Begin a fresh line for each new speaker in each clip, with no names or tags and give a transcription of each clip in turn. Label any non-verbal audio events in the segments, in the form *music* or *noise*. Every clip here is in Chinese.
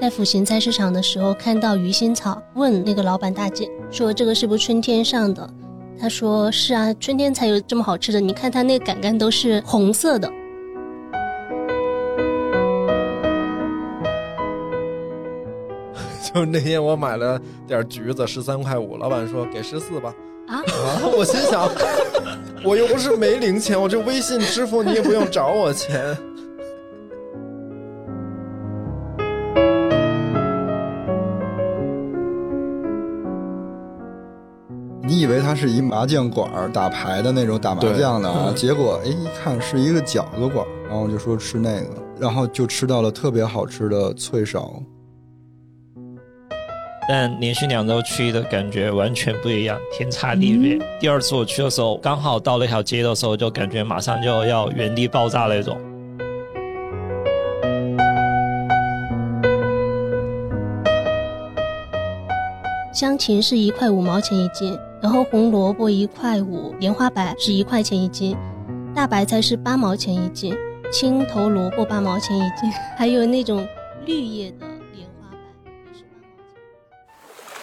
在复兴菜市场的时候看到鱼腥草，问那个老板大姐说：“这个是不是春天上的？”她说：“是啊，春天才有这么好吃的。你看它那个杆杆都是红色的。”
*laughs* 就是那天我买了点橘子，十三块五，老板说给十四吧。
啊，
啊！ *laughs* 我心想，我又不是没零钱，我这微信支付你也不用找我钱。 *laughs*
你以为它是一麻将馆儿打牌的那种打麻将的啊，
对嗯
结果哎一看是一个饺子馆儿，然后我就说吃那个，然后就吃到了特别好吃的脆勺。
但连续两周去的感觉完全不一样，天差地别。
嗯
第二次我去的时候，刚好到那条街的时候，就感觉马上就要原地爆炸那种。
香芹是一块五毛钱一斤，然后红萝卜一块五，莲花白是一块钱一斤，大白菜是八毛钱一斤，青头萝卜八毛钱一斤， *laughs* 还有那种绿叶的莲花白也是八毛钱。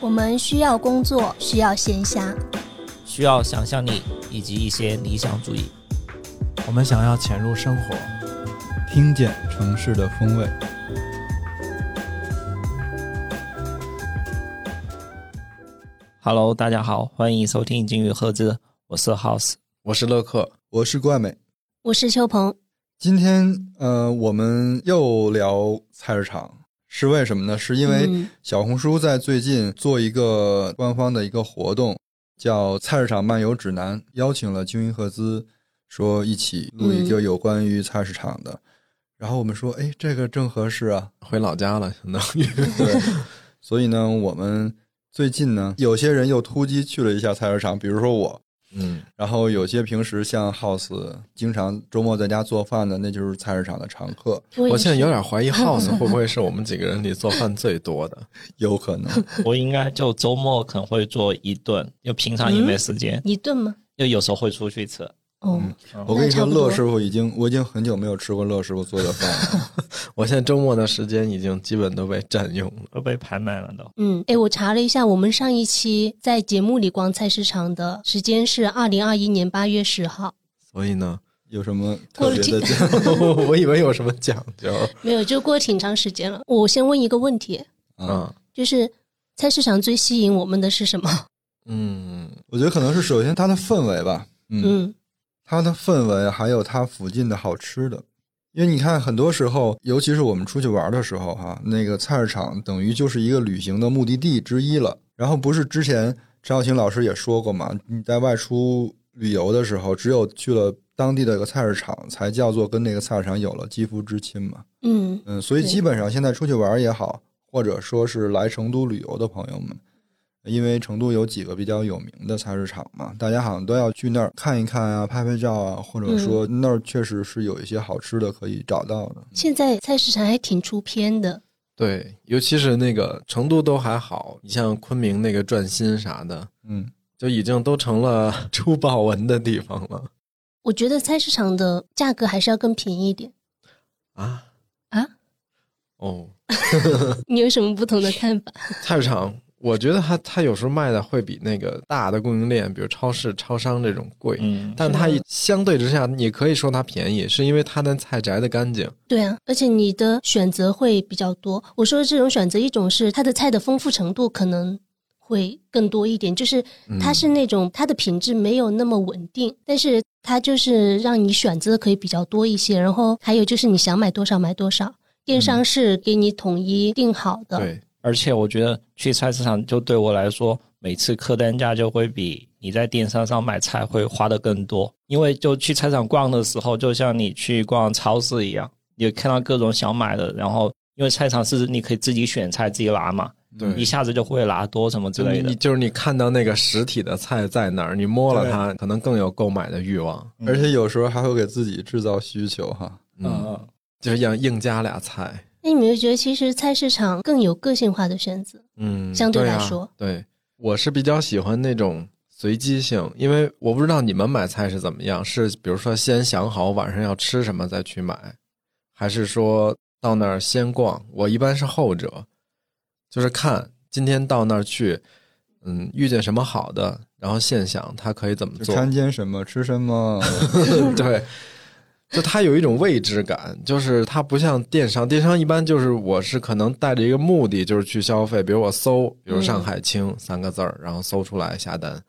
我们需要工作，需要闲暇，
需要想象力以及一些理想主义。
我们想要潜入生活，
听见城市的风味，
Hello，大家好，欢迎收听《金鱼赫兹》，我是
*laughs*
House。
我是乐克，
我是怪美。
我是秋鹏，
今天呃，我们又聊菜市场，是为什么呢？是因为
嗯
小红书在最近做一个官方的一个活动，叫《菜市场漫游指南》，邀请了京云赫兹说一起录一个有关于菜市场的。然后我们说，哎，这个正合适啊，
回老家了，相当 *laughs* 于
对，所以呢，我们最近呢，有些人又突击去了一下菜市场，比如说我，
嗯，
然后有些平时像 House 经常周末在家做饭的，那就是菜市场的常客，
我也
我现在
是
有点怀
*laughs*
疑 House 会不会是我们几个人里做饭最多的。
有可能。
我应该就周末可能会做一顿，因为平常也没时
嗯
间，
一顿吗？
就有时候会出去吃。
哦，
我跟
那
你说，
差不多
乐师傅已经，我已经很久没有吃过乐师傅做的饭了。
我现在周末的时间已经基本都被占用了。
都被排满了都。
嗯，哎，我查了一下，我们上一期在节目里逛菜市场的时间是二零二一年八月十号，
所以呢， *laughs*
有
*laughs*
什么特别
我
的讲？
我以为有什么讲究
没有，就过挺长时间了。我先问一个问题，
啊，
啊，
就是菜市场最吸引我们的是什么？
嗯，
*laughs* 我觉得可能是首先它的氛围吧，嗯，
嗯
它的氛围还有它附近的好吃的。因为你看，很多时候，尤其是我们出去玩的时候、哈，那个菜市场等于就是一个旅行的目的地之一了。然后不是之前陈小青老师也说过嘛，你在外出旅游的时候，只有去了当地的一个菜市场，才叫做跟那个菜市场有了肌肤之亲嘛。
嗯，
嗯，所以
对
基本上现在出去玩儿也好，或者说是来成都旅游的朋友们，因为成都有几个比较有名的菜市场嘛，大家好像都要去那儿看一看啊，拍拍照啊，或者说那儿确实是有一些好吃的可以找到的。
现在菜市场还挺出片的。
对，尤其是那个成都都还好，你像昆明那个转心啥的，
嗯，
就已经都成了 *laughs* 出豹纹的地方了。
我觉得菜市场的价格还是要更便宜一点。
啊
啊！
哦，
你有什么不同的看法？
菜市场，我觉得它它有时候卖的会比那个大的供应链，比如超市、超商这种贵，
嗯，
但它
是
一相对之下，你可以说它便宜，是因为它那菜摘的干净。
对啊，而且你的选择会比较多。我说的这种选择，一种是它的菜的丰富程度可能会更多一点，就是它
嗯
是那种它的品质没有那么稳定，但是它就是让你选择可以比较多一些。然后还有就是你想买多少买多少，电商是给你统一定好的。
嗯对，
而且我觉得去菜市场就对我来说，每次客单价就会比你在电商上买菜会花的更多，因为就去菜市场逛的时候，就像你去逛超市一样，你看到各种想买的，然后因为菜场是你可以自己选菜自己拿嘛，
对
一下子就会拿多什么之
就
类
你
的
你。就是你看到那个实体的菜在哪儿，你摸了它，可能更有购买的欲望。
而且有时候还会给自己制造需求哈。
嗯
嗯，，就是要硬加俩菜。
那你们就觉得其实菜市场更有个性化的选择？
嗯，
相对
对
来
啊
说
对我是比较喜欢那种随机性，因为我不知道你们买菜是怎么样，是比如说先想好晚上要吃什么再去买，还是说到那儿先逛？我一般是后者，就是看今天到那儿去，嗯，遇见什么好的，然后现想他可以怎么
就
做，
看见什么吃什么，
*laughs* 对，就它有一种未知感，就是它不像电商，电商一般就是我是可能带着一个目的就是去消费，比如我搜，比如上海青三个字儿，然后搜出来下单。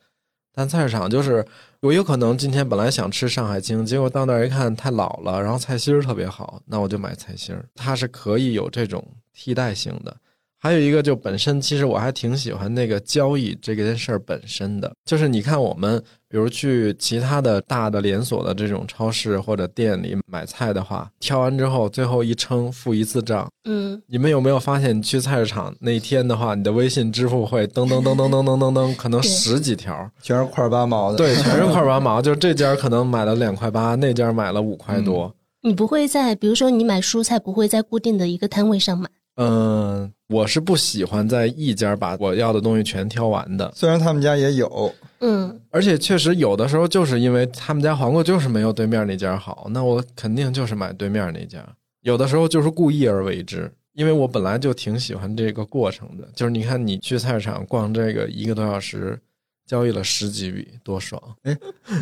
但菜市场就是我有可能今天本来想吃上海青，结果到那儿一看太老了，然后菜心儿特别好，那我就买菜心儿，它是可以有这种替代性的。还有一个就本身，其实我还挺喜欢那个交易这件事儿本身的，就是你看我们比如去其他的大的连锁的这种超市或者店里买菜的话，挑完之后最后一称付一次账。
嗯，
你们有没有发现，你去菜市场那天的话，你的微信支付会噔噔噔噔噔噔噔噔，可能
对
十几条，
全是块儿八毛的。
对，全是块八毛，就是这家可能买了两块八，那家买了五块多。
你不会在比如说你买蔬菜不会在固定的一个摊位上买，
嗯、我是不喜欢在一家把我要的东西全挑完的，
虽然他们家也有，
嗯，
而且确实有的时候就是因为他们家黄瓜就是没有对面那家好，那我肯定就是买对面那家。有的时候就是故意而为之，因为我本来就挺喜欢这个过程的。就是你看，你去菜市场逛这个一个多小时，交易了十几笔，多爽！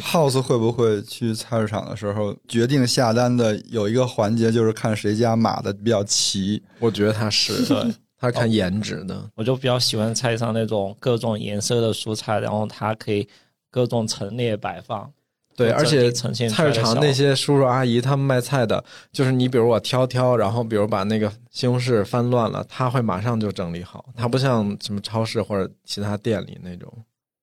House 会不会去菜市场的时候决定下单的有一个环节，就是看谁家码的比较齐？
我觉得他是，
对
他是看颜值的。
我就比较喜欢菜上那种各种颜色的蔬菜，然后它可以各种陈列摆放。
对，
就
而
整
且
体呈现出
菜
来
市
的
场
效
那
果
些叔叔阿姨他们卖菜的，就是你比如我挑挑，然后比如把那个西红柿翻乱了，他会马上就整理好，他不像什么超市或者其他店里那种。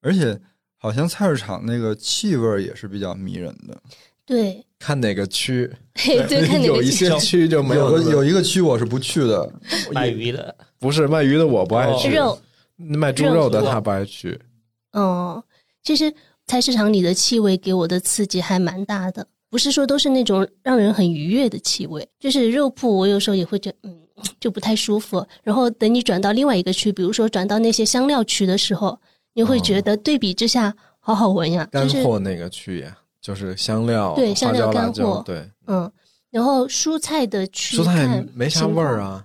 而且好像菜市场那个气味儿也是比较迷人的。
对，
*laughs* 看哪个区，
嘿，
*laughs*
对，看哪
有
个
一
区
些区就没
有
有
个
那么
有一个区我是不去的，
卖鱼的，
不是卖鱼的我不爱
哦
去，
肉，
卖猪肉的
肉
他不爱去。
嗯，其实菜市场里的气味给我的刺激还蛮大的，不是说都是那种让人很愉悦的气味，就是肉铺我有时候也会觉得，嗯，就不太舒服。然后等你转到另外一个区，比如说转到那些香料区的时候，你会觉得对比之下好好闻呀，
哦干
就是
货那个区呀，就是香料、
对
花
香料
椒、辣
干
椒，
货
对，
嗯。然后蔬菜的区，
蔬菜
看
没啥
情
味儿
况
啊。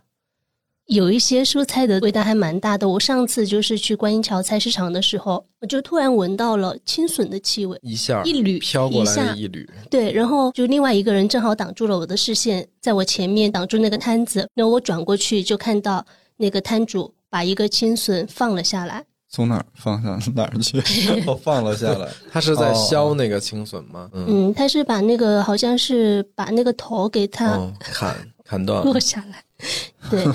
有一些蔬菜的味道还蛮大的。我上次就是去观音桥菜市场的时候，我就突然闻到了青笋的气味，
一下儿
一缕
啊飘过
一
来的
下
一缕，
对，然后就另外一个人正好挡住了我的视线，在我前面挡住那个摊子，然后我转过去就看到那个摊主把一个青笋放了下来，
从哪儿放下哪儿去？我放了下来。
他是在
哦
削那个青笋吗？嗯，
嗯，他是把那个好像是把那个头给它
哦，砍砍断
*laughs*
了
落。下来，
*laughs*
对，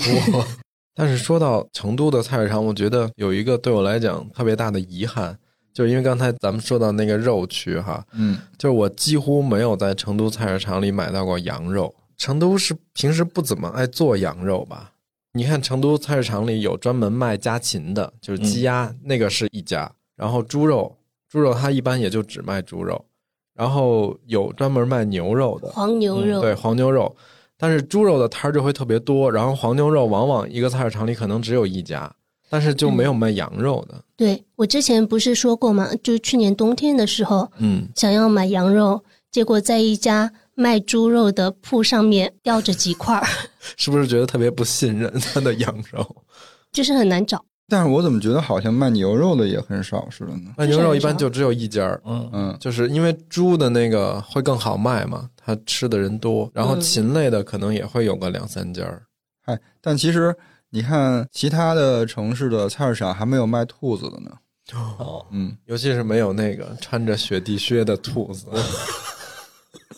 但是说到成都的菜市场，我觉得有一个对我来讲特别大的遗憾，就是因为刚才咱们说到那个肉区哈，
嗯，
就是我几乎没有在成都菜市场里买到过羊肉。成都是平时不怎么爱做羊肉吧？你看成都菜市场里有专门卖家禽的，就是鸡鸭，那个是一家，然后猪肉，猪肉它一般也就只卖猪肉，然后有专门卖牛肉的，
黄牛
嗯
肉，
对黄牛肉，但是猪肉的摊儿就会特别多，然后黄牛肉往往一个菜市场里可能只有一家，但是就没有卖羊肉的。
对我之前不是说过吗？就去年冬天的时候
嗯，
想要买羊肉，结果在一家卖猪肉的铺上面吊着几块儿， *laughs*
是不是觉得特别不信任他的羊肉？
就是很难找。
但是我怎么觉得好像卖牛肉的也很少似的呢？
卖牛肉一般就只有一家儿，
嗯，
嗯，
就是因为猪的那个会更好卖嘛，它吃的人多，然后
嗯
禽类的可能也会有个两三家儿。
嗨，但其实你看其他的城市的菜市场还没有卖兔子的呢。
哦，
嗯，
尤其是没有那个穿着雪地靴的兔子，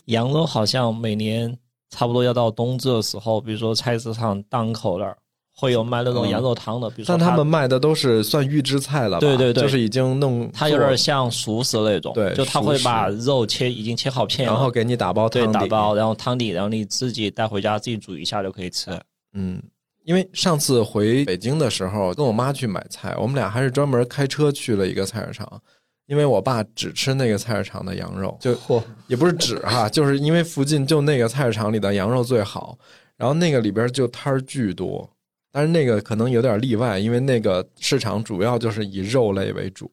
羊肉好像每年差不多要到冬至的时候，比如说菜市场档口那儿会有卖那种羊肉汤的，比如说
嗯但他们卖的都是算预制菜了吧？
对对对
就是已经弄
它有
做
点像熟食那种，
对
就他会
熟食
把肉切已经切好片了，
然后给你打包汤
对
底，
打包，然后汤底，然后你自己带回家自己煮一下就可以吃。
嗯，因为上次回北京的时候，跟我妈去买菜，我们俩还是专门开车去了一个菜市场，因为我爸只吃那个菜市场的羊肉，就也不是只哈，就是因为附近就那个菜市场里的羊肉最好。然后那个里边就摊儿巨多，但是那个可能有点例外，因为那个市场主要就是以肉类为主，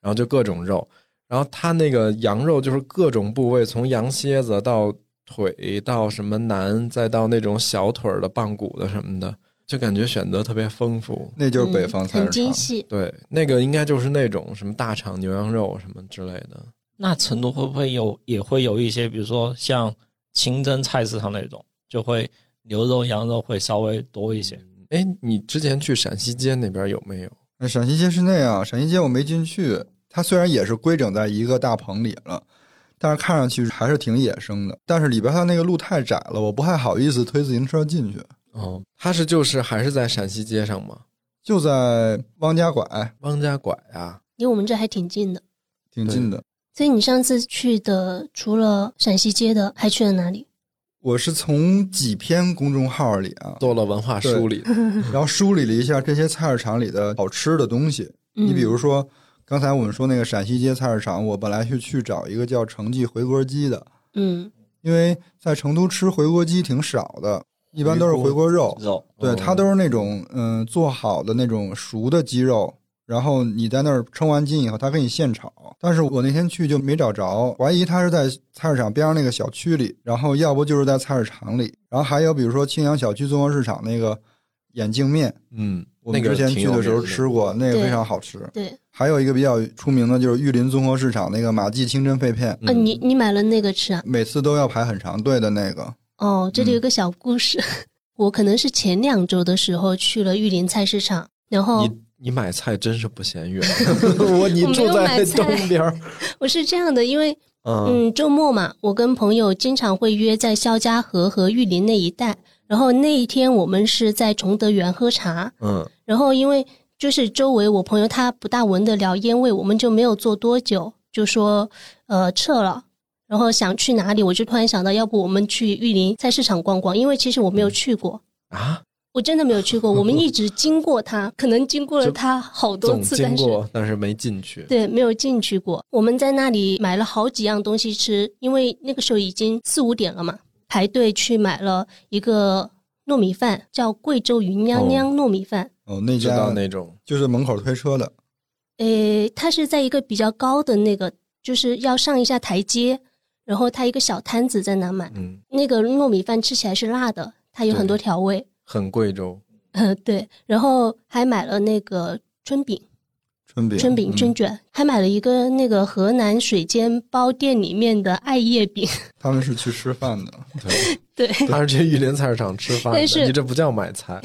然后就各种肉，然后它那个羊肉就是各种部位，从羊蝎子到腿到什么腩，再到那种小腿儿的棒骨的什么的，就感觉选择特别丰富。
那就是北
嗯
方菜市
很
场。
精细。
对，那个应该就是那种什么大肠牛羊肉什么之类的。
那成都会不会有也会有一些，比如说像清真菜市场那种，就会牛肉、羊肉会稍微多一些。
哎，你之前去陕西街那边有没有？
那陕西街是那样，陕西街我没进去，它虽然也是规整在一个大棚里了，但是看上去还是挺野生的。但是里边它那个路太窄了，我不太好意思推自行车进去。
哦，它是就是还是在陕西街上吗？
就在汪家拐，
汪家拐啊，
离我们这还挺近的。
挺近的。
所以你上次去的，除了陕西街的，还去了哪里？
我是从几篇公众号里啊，
做了文化梳理。
然后梳理了一下这些菜市场里的好吃的东西。
嗯、
你比如说，刚才我们说那个陕西街菜市场，我本来是去找一个叫成记回锅鸡的，
嗯，
因为在成都吃回锅鸡挺少的，一般都是回锅肉。
肉
对，
哦
它都是那种嗯、做好的那种熟的鸡肉，然后你在那儿称完斤以后，它给你现炒。但是我那天去就没找着，怀疑它是在菜市场边上那个小区里，然后要不就是在菜市场里，然后还有比如说青阳小区综合市场那个眼镜面，
*laughs* 嗯，
我们
那个
之前
挺
去
有
的时候
名
吃过，那个
对
非常好吃。
对，啊
还有一个比较出名的就是玉林综合市场那个马记清真肺片，
嗯
啊，你你买了那个吃啊？
每次都要排很长队的那个。
哦，这
嗯
里有个小故事， *laughs* 我可能是前两周的时候去了玉林菜市场，然后
你你买菜真是不
*laughs*
嫌远， *laughs* 我你住在东边儿，
我是这样的，因为
*laughs* 嗯，
嗯，周末嘛，我跟朋友经常会约在肖家河和玉林那一带。然后那一天我们是在崇德园喝茶，
嗯
然后因为就是周围我朋友他不大闻得了烟味，我们就没有坐多久，就说呃撤了。然后想去哪里，我就突然想到，要不我们去玉林菜市场逛逛，因为其实我没
嗯
有去过，
啊，
我真的没有去过。我们一直经过它，可能经过了它好多
总
次，
经
但是
过但是没进去。
对，没有进去过。我们在那里买了好几样东西吃，因为那个时候已经四五点了嘛，排队去买了一个糯米饭，叫贵州云娘娘糯米饭。
哦，那
知
家
道那种
就是门口推车的，
诶、它是在一个比较高的那个，就是要上一下台阶，然后它一个小摊子在那买。
嗯
那个糯米饭吃起来是辣的，它有很多
对
调味。
很贵 *laughs* 州，
呃，对，然后还买了那个春饼。
春饼，
春饼、春
嗯，
卷，还买了一个那个河南水煎包店里面的艾叶饼。 *laughs*
他们是去吃饭的。
对，
他是去玉林菜市场吃饭
但是
的，你这不叫买菜，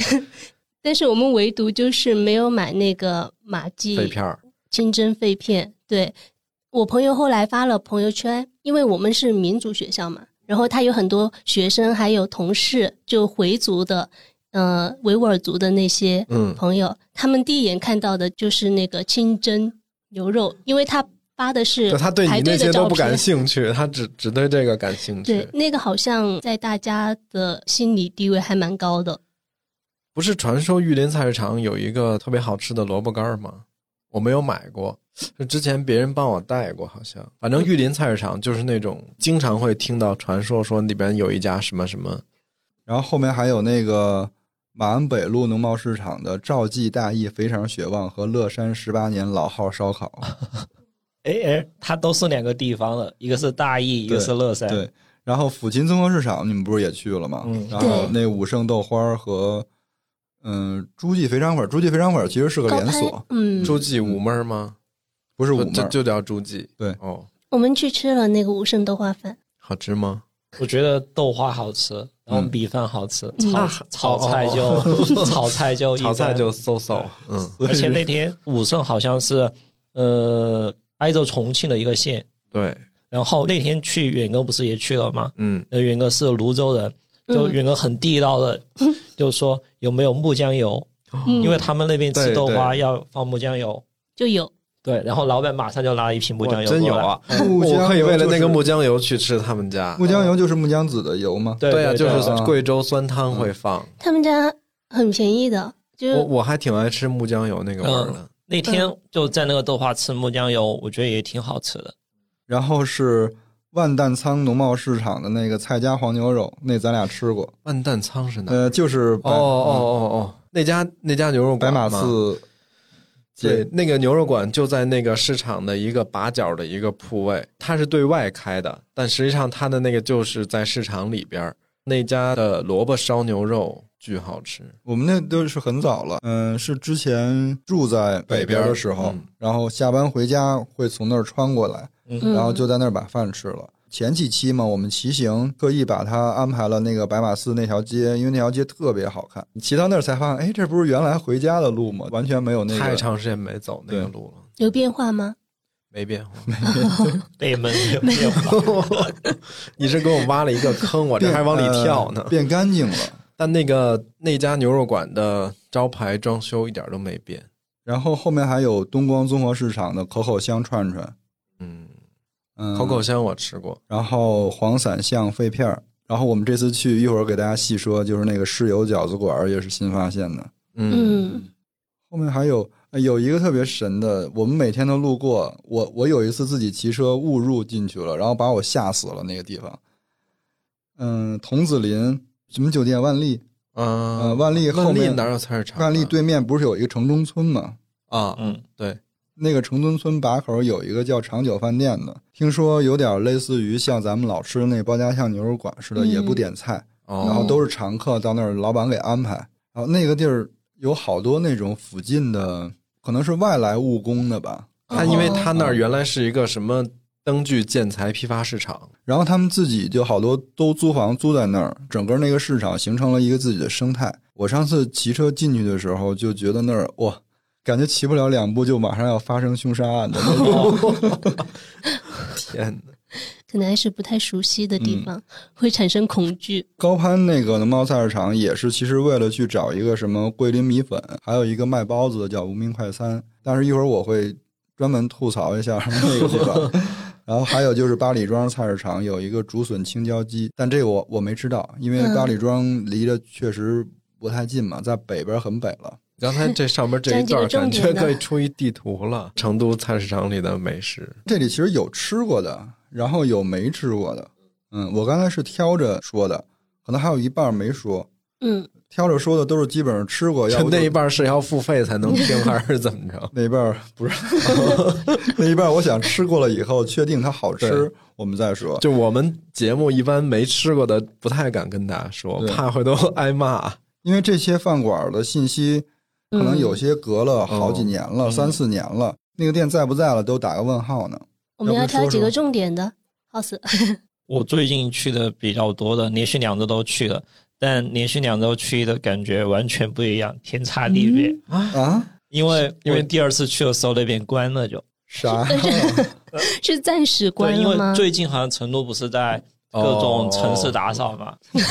但是我们唯独就是没有买那个马
废
记
片儿。
清真肺片。对我朋友后来发了朋友圈，因为我们是民族学校嘛，然后他有很多学生还有同事，就回族的，呃，维吾尔族的那些
嗯
朋友，他们第一眼看到的就是那个清真牛肉，因为他发的是
就他对
排
你那
队
些
的照
都不感
片。
兴趣，他只只对这个感兴趣
对，。那个好像在大家的心理地位还蛮高的。
不是传说玉林菜市场有一个特别好吃的萝卜干儿吗？我没有买过，是之前别人帮我带过，好像。反正玉林菜市场就是那种经常会听到传说说里边有一家什么什么，
然后后面还有那个马鞍北路农贸市场的赵记大义肥肠血旺和乐山十八年老号烧烤。
哎哎，它都是两个地方的，一个是大邑，一个是乐山。
对，然后抚琴综合市场你们不是也去了吗？
嗯
然后那武胜豆花和嗯朱记肥肠粉，朱记肥肠粉其实是个
高
连
攀
锁，，
嗯，
朱记五妹儿吗？
不是
就
五
就
门。
就叫朱记。
对
哦，
我们去吃了那个无胜豆花饭，
好吃吗？
我觉得豆花好吃，然后米饭好吃，
嗯
炒炒菜就 *laughs* 炒菜就一般
哦炒菜就嗖嗖，嗯，
而且
*laughs*
那天武胜好像是呃挨着重庆的一个县，
对，
然后那天去远哥不是也去了吗？
嗯，
那远哥是泸州人，就
嗯
远哥很地道的，就说有没有木姜油，
嗯
因为他们那边吃
对
豆花
对
要放木姜油。
就有
对，然后老板马上就拿了一瓶木
哇
姜油
真
过
有
来。
啊！
哎木姜油
我可以为了那
就是
个木姜油去吃他们家
木。姜油就是木姜子的油吗？
对
对啊，
对
就
对
是
啊
贵州酸汤会放，
他们家很便宜的，就
我
是
我还挺爱吃木姜油那个味儿的。
那天就在那个豆花吃木姜油，我觉得也挺好吃的。
然后是万蛋仓农贸市场的那个蔡家黄牛肉，那咱俩吃过。
万蛋仓是哪？
呃，就是白
哦哦哦哦，那家那家牛肉
白
馆
马
嘛
寺
对
街，，
那个牛肉馆就在那个市场的一个把角的一个铺位，它是对外开的，但实际上它的那个就是在市场里边儿。那家的萝卜烧牛肉巨好吃，
我们那都是很早了。嗯、是之前住在北边的时候，
北边嗯
然后下班回家会从那儿穿过来，
嗯
然后就在那儿把饭吃了。前几期嘛，我们骑行特意把它安排了那个白马寺那条街，因为那条街特别好看。骑到那儿才发现，哎，这不是原来回家的路吗？完全没有那个
太长时间没走那个路了，
有变化吗？
没变化。 *laughs*
被门有变化，
你是给我挖了一个坑，我这
变
还往里跳呢
呃。变干净了。
但那个那家牛肉馆的招牌装修一点都没变，
然后后面还有东光综合市场的口口香串串，
嗯，
嗯，
口口香我吃过，
然后黄伞巷肺片儿，然后我们这次去一会儿给大家细说，就是那个室友饺子馆儿也是新发现的。
嗯
嗯，
后面还有呃有一个特别神的，我们每天都路过，我我有一次自己骑车误入进去了，然后把我吓死了那个地方。嗯，童子林什么酒店万丽，呃，
嗯，
万丽后
万历
面
哪有菜市场啊？
万丽对面不是有一个城中村吗？
啊，
嗯，
对，
那个城中村把口有一个叫长久饭店的，听说有点类似于像咱们老吃的那包家巷牛肉馆似的，
嗯
也不点菜，然
然
后都是常客到那儿，老板给安排。然后那个地儿有好多那种附近的，可能是外来务工的吧，
他因为
哦
他那儿原来是一个什么灯具建材批发市场，
然后他们自己就好多都租房租在那儿，整个那个市场形成了一个自己的生态。我上次骑车进去的时候，就觉得那儿哇，感觉骑不了两步就马上要发生凶杀案的那种。
天哪！
可能还是不太熟悉的地
嗯
方，会产生恐惧。
高攀那个农贸菜市场也是，其实为了去找一个什么桂林米粉，还有一个卖包子的叫无名快餐。但是一会儿我会专门吐槽一下那个地方。然后还有就是八里庄菜市场有一个竹笋青椒鸡，但这个我我没吃到，因为
嗯
八里庄离得确实不太近嘛，在北边很北了。
刚才这上面这一段儿感觉可以出一地图了，成都菜市场里的美食。
这里其实有吃过的，然后有没吃过的。嗯，我刚才是挑着说的，可能还有一半没说。
嗯，
挑着说的都是基本上吃过，要不就
那一半是要付费才能听，还是怎么着？
那一半儿不是 *laughs* 那一半，儿，我想吃过了以后，确定它好吃
对，
我们再说。
就我们节目一般没吃过的，不太敢跟大家说，
对
怕回头挨骂。
啊
因为这些饭馆儿的信息，
嗯
可能有些隔了好几年了，
嗯
三四年了，那个店在不在了，都打个问号呢。
我们
要
要
不说
挑几个
说
重点的。house，
我最近去的比较多的，连续两周都去了，但连续两周去的感觉完全不一样，天差地别。
嗯
哦
啊，
因为
因
因
为
为第二次去的时候那边关了就，
啥？
*laughs* 是暂时关
对，因
了
为
吗？
最近好像成都不是在各种城市打扫嘛，
嗯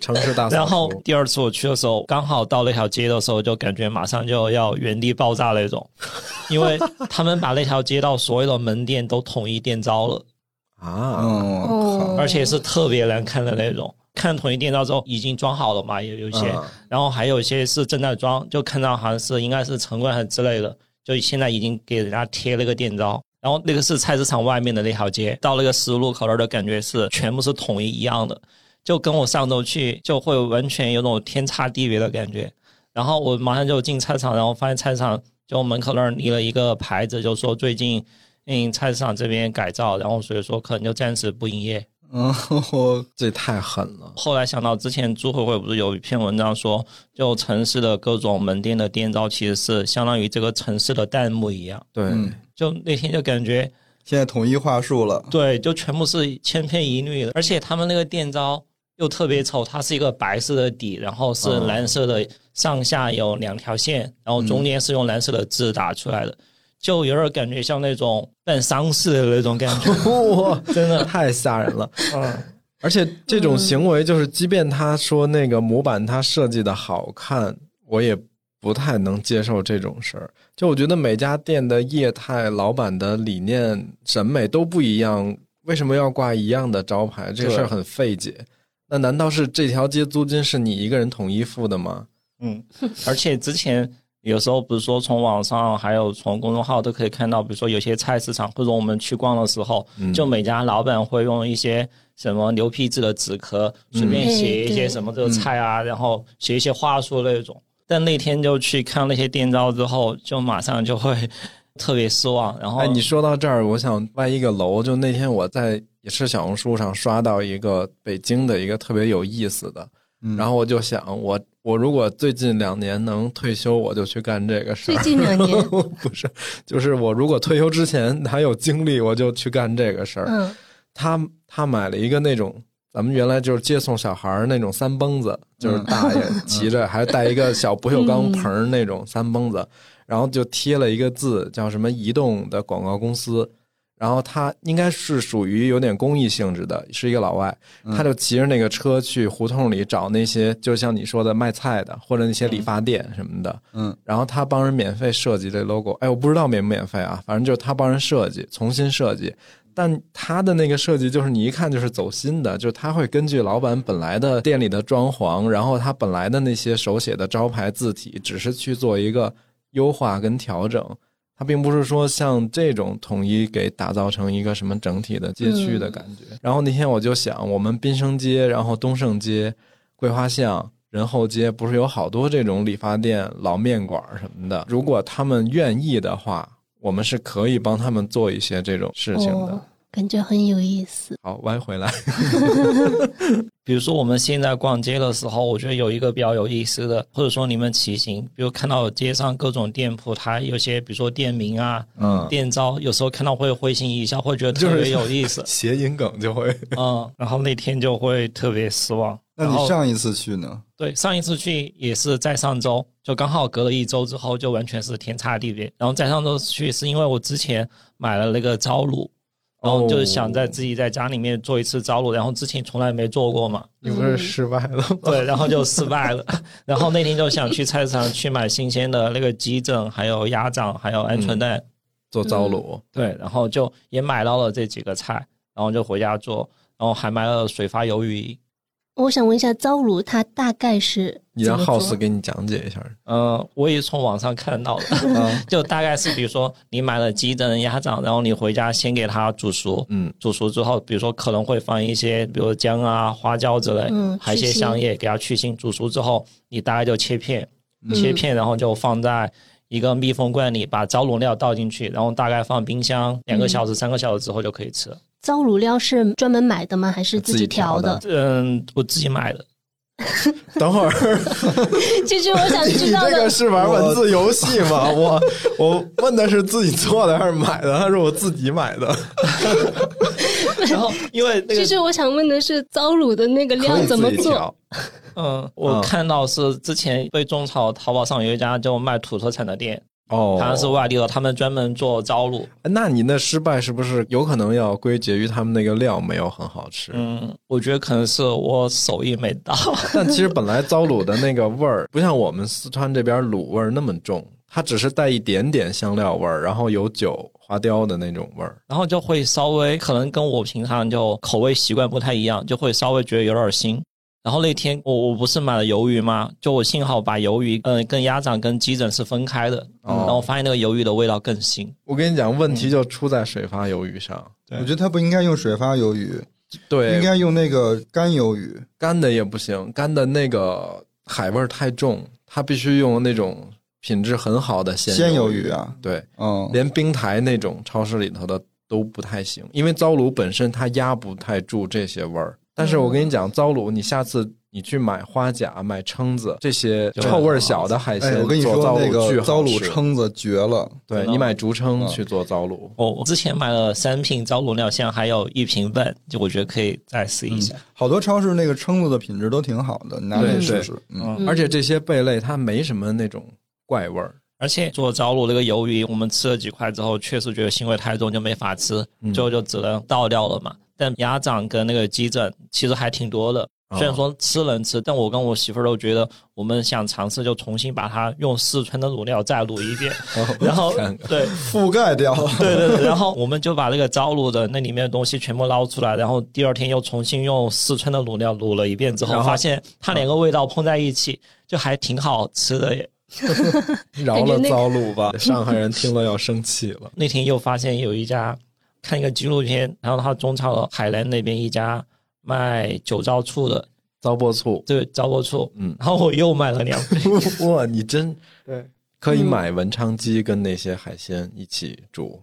城市哦大扫除，
*laughs* 然后第二次我去的时候，刚好到那条街的时候，就感觉马上就要原地爆炸那种，因为他们把那条街道所有的门店都统一店招了，
啊，
*laughs* 嗯，我靠
哦，
而且是特别难看的那种。看统一店招之后已经装好了嘛，有有一些，
嗯
然后还有一些是正在装，就看到好像是应该是城管还是之类的，就现在已经给人家贴了个店招。然后那个是菜市场外面的那条街，到那个十字路口那儿的感觉是全部是统一一样的，就跟我上周去就会完全有种天差地别的感觉。然后我马上就进菜市场，然后发现菜市场就门口那儿立了一个牌子，就说最近嗯菜市场这边改造，然后所以说可能就暂时不营业。
嗯，我
这太狠了。
后来想到之前朱慧慧不是有一篇文章说，就城市的各种门店的店招其实是相当于这个城市的弹幕一样。
对，
嗯
就那天就感觉
现在统一话术了。
对，就全部是千篇一律的，而且他们那个店招又特别丑，它是一个白色的底，然后是蓝色的，上下有两条线，然后中间是用蓝色的字打出来的，就有点感觉像那种办丧事的那种感觉，
哇，
真 *laughs* 的，
太吓人了。
嗯。
而且这种行为就是，即便他说那个模板他设计的好看，我也不太能接受这种事儿。就我觉得每家店的业态、老板的理念、审美都不一样，为什么要挂一样的招牌？这个事儿很费解。那难道是这条街租金是你一个人统一付的吗？
嗯，而且之前有时候不是说从网上还有从公众号都可以看到，比如说有些菜市场或者我们去逛的时候，
嗯
就每家老板会用一些什么牛皮纸的纸壳，
嗯
随便写一些什么这个菜啊，然后写一些话术那种。但那天就去看那些店招之后，就马上就会特别失望。然后、
哎，你说到这儿，我想歪一个楼。就那天我在也是小红书上刷到一个北京的一个特别有意思的，
嗯
然后我就想，我我如果最近两年能退休，我就去干这个事
最
儿。
近两年，
*laughs* 不是，就是我如果退休之前还有精力，我就去干这个事儿。
嗯，
他他买了一个那种咱们原来就是接送小孩儿那种三蹦子，就是大爷骑着，还带一个小不锈钢盆儿那种三蹦子，然后就贴了一个字叫什么移动的广告公司。然后他应该是属于有点公益性质的，是一个老外，他就骑着那个车去胡同里找那些，就像你说的卖菜的，或者那些理发店什么的，
嗯，
然后他帮人免费设计这 logo，哎，我不知道免不免费啊，反正就是他帮人设计，重新设计，但他的那个设计就是你一看就是走心的，就是他会根据老板本来的店里的装潢，然后他本来的那些手写的招牌字体，只是去做一个优化跟调整。他并不是说像这种统一给打造成一个什么整体的街区的感觉。然后那天我就想，我们滨生街，然后东盛街、桂花巷、仁厚街，不是有好多这种理发店、老面馆什么的。如果他们愿意的话，我们是可以帮他们做一些这种事情的。
哦，感觉很有意思。
好，歪回来。
*laughs*
比如说我们现在逛街的时候，我觉得有一个比较有意思的，或者说你们骑行，比如看到街上各种店铺，它有些比如说店名啊、
嗯，
店招，有时候看到会会心一笑，会觉得特
就
别
是。
有意思
谐音梗就会
嗯，然后那天就会特别失望。
那
然
你
后
上一次去呢？
对上一次去也是在上周，就刚好隔了一周之后，就完全是天差地别。然后在上周去是因为我之前买了那个招卤，然后哦就是想
哦
在自己在家里面做一次招卤，然后之前从来没做过嘛。
你不是失败了吗？
*laughs*
对，然后就失败了。 *laughs* 然后那天就想去菜市场去买新鲜的那个鸡胗，还有鸭掌，还有鹌鹑蛋。
做糟卤，
嗯
对，然后就也买到了这几个菜，然后就回家做，然后还买了水发鱿鱼。
我想问一下，糟卤它大概是
你让
怎么
House
做
给你讲解一下。
嗯，我也从网上看到
嗯
的， *laughs* 就大概是比如说你买了鸡胗、鸭掌，然后你回家先给它煮熟，
嗯，
煮熟之后，比如说可能会放一些，比如姜啊、花椒之类，
嗯
还有一
去
些
腥
香叶，给它去腥。煮熟之后，你大概就切片，
嗯
切片，然后就放在一个密封罐里，把糟卤料倒进去，然后大概放冰箱两
嗯
个小时、三个小时之后就可以吃了。
糟卤料是专门买的吗？还是
自己
己
调
调
的？
嗯，我自己买的，
等
*laughs*
会儿，
其实我想
*laughs* 你
知道
这个
的，
是玩文字游戏
*laughs*
吗？我我问的是自己做的还是买的？他说我自己买的，
然后 *laughs* 因为那
其
个
实我想问的是糟卤的那个
可
量
以
怎么
自己
做？
调。
嗯，我看到是之前被种草，淘宝上有一家就卖土特产的店，
哦，
好像是外地的，他们专门做糟卤。
那你那失败是不是有可能要归结于他们那个料没有很好吃？
嗯，我觉得可能是我手艺没到。 *laughs*
但其实本来糟卤的那个味儿，不像我们四川这边卤味儿那么重，它只是带一点点香料味儿，然后有酒花雕的那种味儿。
然后就会稍微可能跟我平常就口味习惯不太一样，就会稍微觉得有点腥。然后那天我我不是买了鱿鱼吗？就我幸好把鱿鱼嗯、呃跟鸭掌跟鸡胗是分开的，然后发现那个鱿鱼的味道更腥。
我跟你讲，问题就出在水发鱿鱼上。
我觉得他不应该用水发鱿鱼，
对，
应该用那个干鱿鱼。
干的也不行，干的那个海味儿太重，它必须用那种品质很好的鲜
鲜
鱿
鱿鱼啊
对，
嗯，
连冰台那种超市里头的都不太行，因为糟卤本身它压不太住这些味儿。但是我跟你讲，
嗯
糟卤你下次你去买花甲、买蛏子这些臭味儿小的海鲜，
哎，我跟你
做
说，
糟
那
卤巨
个糟
好
卤
吃。
蛏子啊嗯绝了。
对你买竹蛏去做糟卤，
我、我之前买了三瓶糟卤料，现在还有一瓶半，就我觉得可以再试一下。
好多超市那个蛏子的品质都挺好的，你拿
对
去试
对
试。嗯，
嗯，
而且这些贝类它没什么那种怪味
*laughs*
儿。
而且做糟卤那个鱿鱼，我们吃了几块之后，确实觉得腥味太重，就没法吃，最后就只能倒掉了嘛。但鸭掌跟那个鸡胗其实还挺多的，虽然说吃能吃，但我跟我媳妇儿都觉得，我们想尝试就重新把它用四川的卤料再卤一遍，然后
看看
对。
覆盖掉了。
对对对，然后我们就把那个糟卤的那里面的东西全部捞出来，然后第二天又重新用四川的卤料卤了一遍之后，
然后
发现它两个味道碰在一起，就还挺好吃的耶。
*laughs* 饶了
感觉那个
糟卤
*laughs*
吧，上海人听了要生气了。
那天又发现有一家看一个纪录片，然后他中超了海南那边一家卖酒糟醋的，
糟粕
*laughs*
醋， *laughs*
对糟粕醋，
嗯
然后我又买了两 *laughs* 杯，
哇，你真
对，
可
嗯
以买文昌鸡跟那些海鲜一起煮。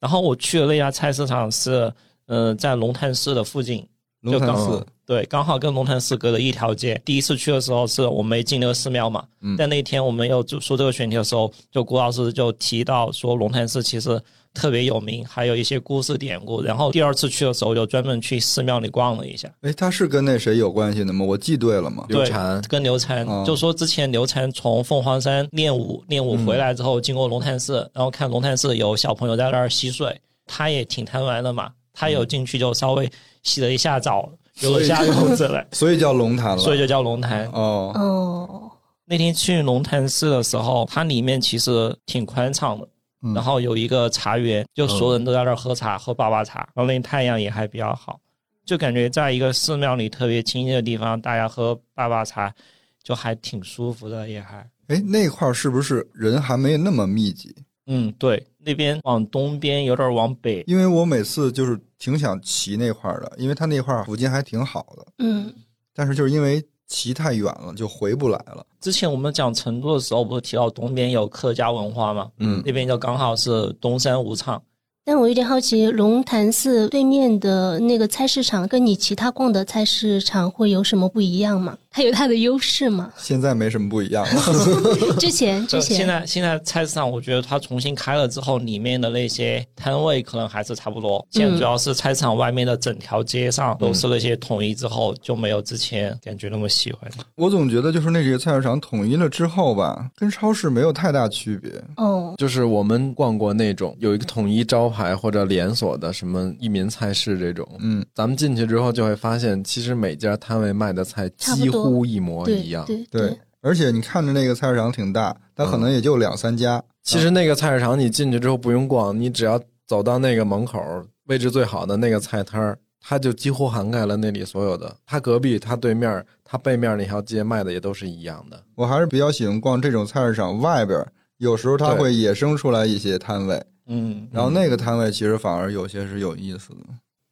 然后我去的那家菜市场是，呃，在龙潭寺的附近，
龙潭
*laughs* 就
寺
刚，对，刚好跟龙潭寺隔了一条街。第一次去的时候是我没进那个寺庙嘛，
嗯
但那天我们又做这个选题的时候，就郭老师就提到说龙潭寺其实特别有名，还有一些故事典故。然后第二次去的时候，就专门去寺庙里逛了一下。
哎，它是跟那谁有关系的吗？我记对了吗？
刘
对
禅，
跟刘禅、
哦，
就说之前刘禅从凤凰山练武，练武回来之后经过龙潭寺，然后看龙潭寺有小朋友在那儿洗水，他也挺贪玩的嘛，他有进去就稍微洗了一下澡，游了一下泳之类
*laughs* 所以叫龙潭了。
所以就叫龙潭。
哦，
哦，
那天去龙潭寺的时候，它里面其实挺宽敞的。
嗯
然后有一个茶园，就所有人都在那儿喝茶，喝粑粑茶，然后那太阳也还比较好，就感觉在一个寺庙里特别清静的地方，大家喝粑粑茶，就还挺舒服的，也还。
哎，那块儿是不是人还没那么密集？
嗯，对，那边往东边有点往北，
因为我每次就是挺想骑那块儿的，因为它那块儿附近还挺好的，
嗯，
但是就是因为骑太远了就回不来了。？
之前我们讲成都的时候，不是提到东边有客家文化吗？
嗯
那边就刚好是东山舞场，
但我有点好奇，龙潭寺对面的那个菜市场跟你其他逛的菜市场会有什么不一样吗？它有它的优势吗
*laughs*
现在没什么不一样了， *laughs*
之前之
呃现
前，
在现在菜市场，我觉得它重新开了之后，里面的那些摊位可能还是差不多。现在主要是菜市场外面的整条街上都是那些统一之后，就没有之前感觉那么喜欢。
我总觉得就是那几个菜市场统一了之后吧，跟超市没有太大区别。
哦，
就是我们逛过那种有一个统一招牌或者连锁的什么一民菜市这种，
嗯，
咱们进去之后就会发现，其实每家摊位卖的菜
差不
几
多
乎一模
对
一样。
对
对。，而且你看着那个菜市场挺大，它可能也就两三家。
其实那个菜市场你进去之后不用逛，你只要走到那个门口位置最好的那个菜摊儿，它就几乎涵盖了那里所有的。它隔壁、它对面、它背面那条街卖的也都是一样的。
我还是比较喜欢逛这种菜市场外边儿，有时候它
对
会衍生出来一些摊位，
嗯，
然后那个摊位其实反而有些是有意思的。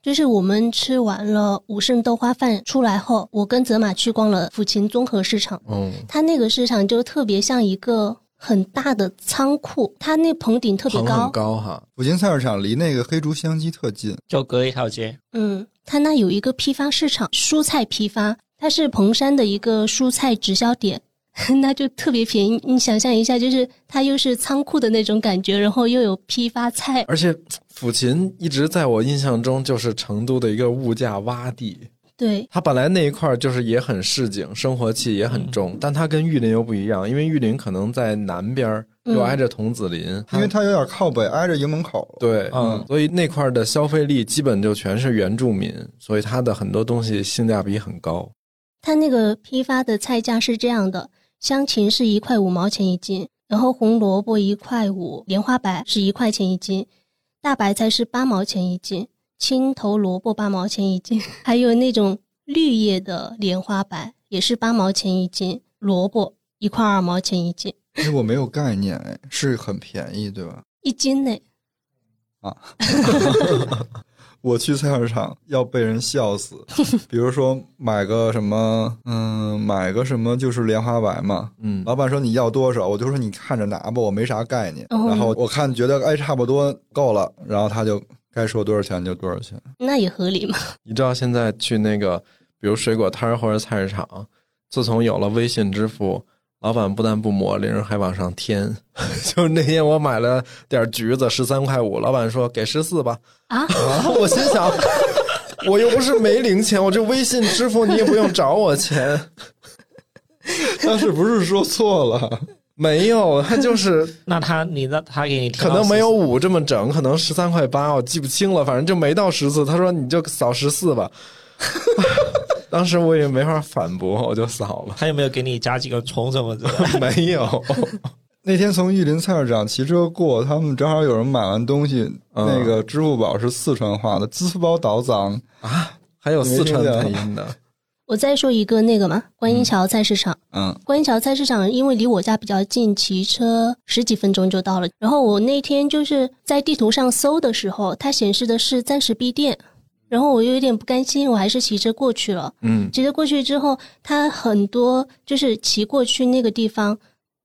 就是我们吃完了武圣豆花饭出来后，我跟泽马去逛了抚琴综合市场，
嗯，
它那个市场就特别像一个很大的仓库，它那棚顶特别
棚
高
很，高哈，
附近菜市场离那个黑竹香鸡特近，
就隔一条街。
嗯，它那有一个批发市场，蔬菜批发，它是彭山的一个蔬菜直销点， *laughs* 那就特别便宜。你想象一下，就是它又是仓库的那种感觉，然后又有批发菜，
而且抚琴一直在我印象中就是成都的一个物价洼地。
对，
它本来那一块儿就是也很市井，生活气也很重，但它跟玉林又不一样，因为玉林可能在南边儿，又
嗯
挨着桐梓林，
因为它有点靠北，挨着营门口。
对，
嗯
所以那块儿的消费力基本就全是原住民，所以它的很多东西性价比很高。
它那个批发的菜价是这样的：香芹是一块五毛钱一斤，然后红萝卜一块五，莲花白是一块钱一斤，大白菜是八毛钱一斤，青头萝卜八毛钱一斤， *laughs* 还有那种绿叶的莲花白也是八毛钱一斤，萝卜一块二毛钱一斤，
哎，我没有概念，哎，是很便宜，对吧？
一斤呢。
我去菜市场要被人笑死，比如说买个什么，嗯，买个什么就是莲花白嘛。
嗯，
老板说你要多少，我就说你看着拿吧，我没啥概念。
哦
然后我看觉得哎差不多够了，然后他就该说多少钱就多少钱。
那也合理嘛？
你知道现在去那个，比如水果摊儿或者菜市场，自从有了微信支付，老板不但不抹零，还往上添。 *laughs* 就是那天我买了点橘子，十三块五，老板说给十四吧，
啊，
啊，我心想。 *laughs* 我又不是没零钱，我这微信支付你也不用找我钱，
当时不是说错了，
没有，他就是
那他你让他给你
可能没有五这么整，可能十三块八，我记不清了，反正就没到十四。他说你就扫十四吧， *laughs* 当时我也没法反驳，我就扫了。
他有没有给你加几个葱什么的？
*laughs* 没有，
那天从玉林菜市场骑车过，他们正好有人买完东西，
嗯
那个支付宝是四川话的，支付宝倒脏。
还有四川配音的，
我再说一个那个嘛，观音桥菜市场。
嗯
观音桥菜市场因为离我家比较近，骑车十几分钟就到了。然后我那天就是在地图上搜的时候，它显示的是暂时闭店，然后我又有点不甘心，我还是骑车过去了。
嗯，
骑车过去之后，它很多就是骑过去那个地方，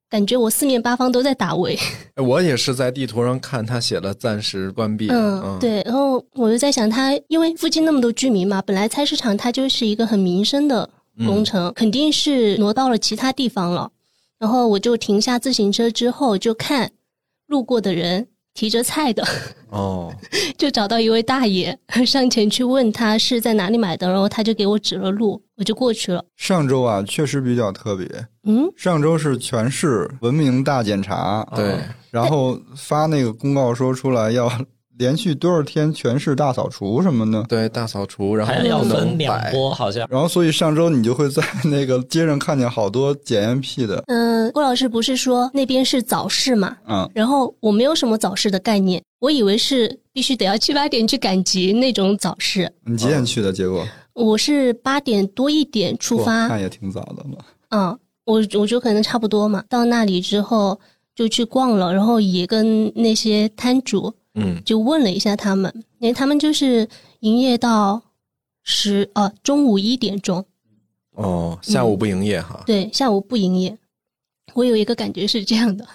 感觉我四面八方都在打围。
哎我也是在地图上看他写了暂时关闭，
嗯，，对。然后我就在想它，因为附近那么多居民嘛，本来菜市场它就是一个很民生的工程，肯定是挪到了其他地方了。然后我就停下自行车之后，就看路过的人提着菜的， *laughs*
哦，
就找到一位大爷， *laughs* 上前去问他是在哪里买的，然后他就给我指了路，我就过去了。
上周啊，确实比较特别。
嗯，
上周是全市文明大检查，
对，
哦
然后发那个公告说出来要连续多少天全市大扫除什么的。
对，大扫除，然后
*laughs* 还要
不能
分两
摆，
波，好像
然后，所以上周你就会在 *laughs* 那个街上看见好多检验屁的，
嗯、郭老师不是说那边是早市嘛？
嗯，
然后我没有什么早市的概念，我以为是必须得要七八点去赶集那种早市。
你几点去的？结果
我是八点多一点出
哇
发
那，也挺早的了。
嗯，我我就可能差不多嘛。到那里之后就去逛了，然后也跟那些摊主
嗯，
就问了一下他们，因为他们就是营业到十呃、中午一点钟，
哦，下午不营业哈，
对，下午不营业。我有一个感觉是这样的，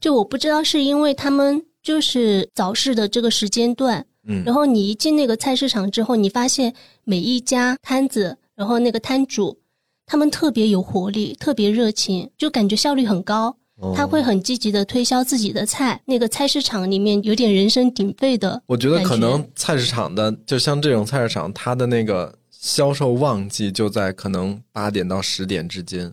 就我不知道是因为他们就是早市的这个时间段，
嗯
然，后你一进那个菜市场之后，你发现每一家摊子，然后那个摊主，他们特别有活力，特别热情，就感觉效率很高。
哦
他会很积极的推销自己的菜，那个菜市场里面有点人声鼎沸的。
我觉得
感
可
觉
能菜市场的，就像这种菜市场，它的那个销售旺季就在可能八点到十点之间，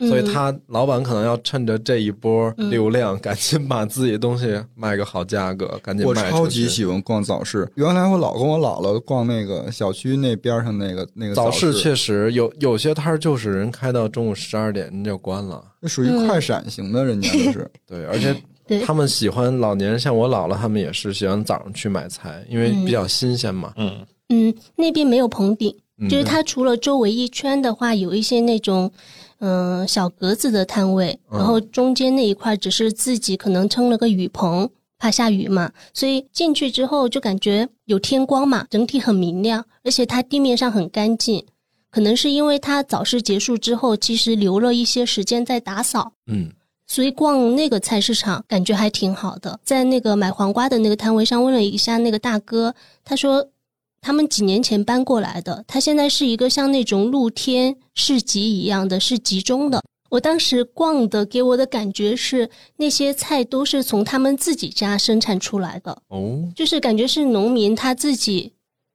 所以
嗯
他老板可能要趁着这一波
嗯
流量，赶紧把自己的东西卖个好价格，赶紧
我
卖
超
出
级
去。
喜欢逛早市，原来我老跟我姥姥逛那个小区那边上那个那个
早
市
市，确实有有些摊儿就是人开到中午十二点人就关了，
那属于快闪型的，人家就是
对，而且
嗯对
他们喜欢老年人，像我姥姥他们也是喜欢早上去买菜，因为比较新鲜嘛。
嗯，
嗯，那边没有棚顶，
嗯
就是它除了周围一圈的话，有一些那种嗯、呃小格子的摊位，
嗯
然后中间那一块只是自己可能撑了个雨棚，怕下雨嘛，所以进去之后就感觉有天光嘛，整体很明亮，而且它地面上很干净。可能是因为它早市结束之后，其实留了一些时间在打扫，
嗯，
所以逛那个菜市场感觉还挺好的。在那个买黄瓜的那个摊位上问了一下那个大哥，他说他们几年前搬过来的，他现在是一个像那种露天市集一样的，是集中的。我当时逛的给我的感觉是，那些菜都是从他们自己家生产出来的，
哦，
就是感觉是农民他自己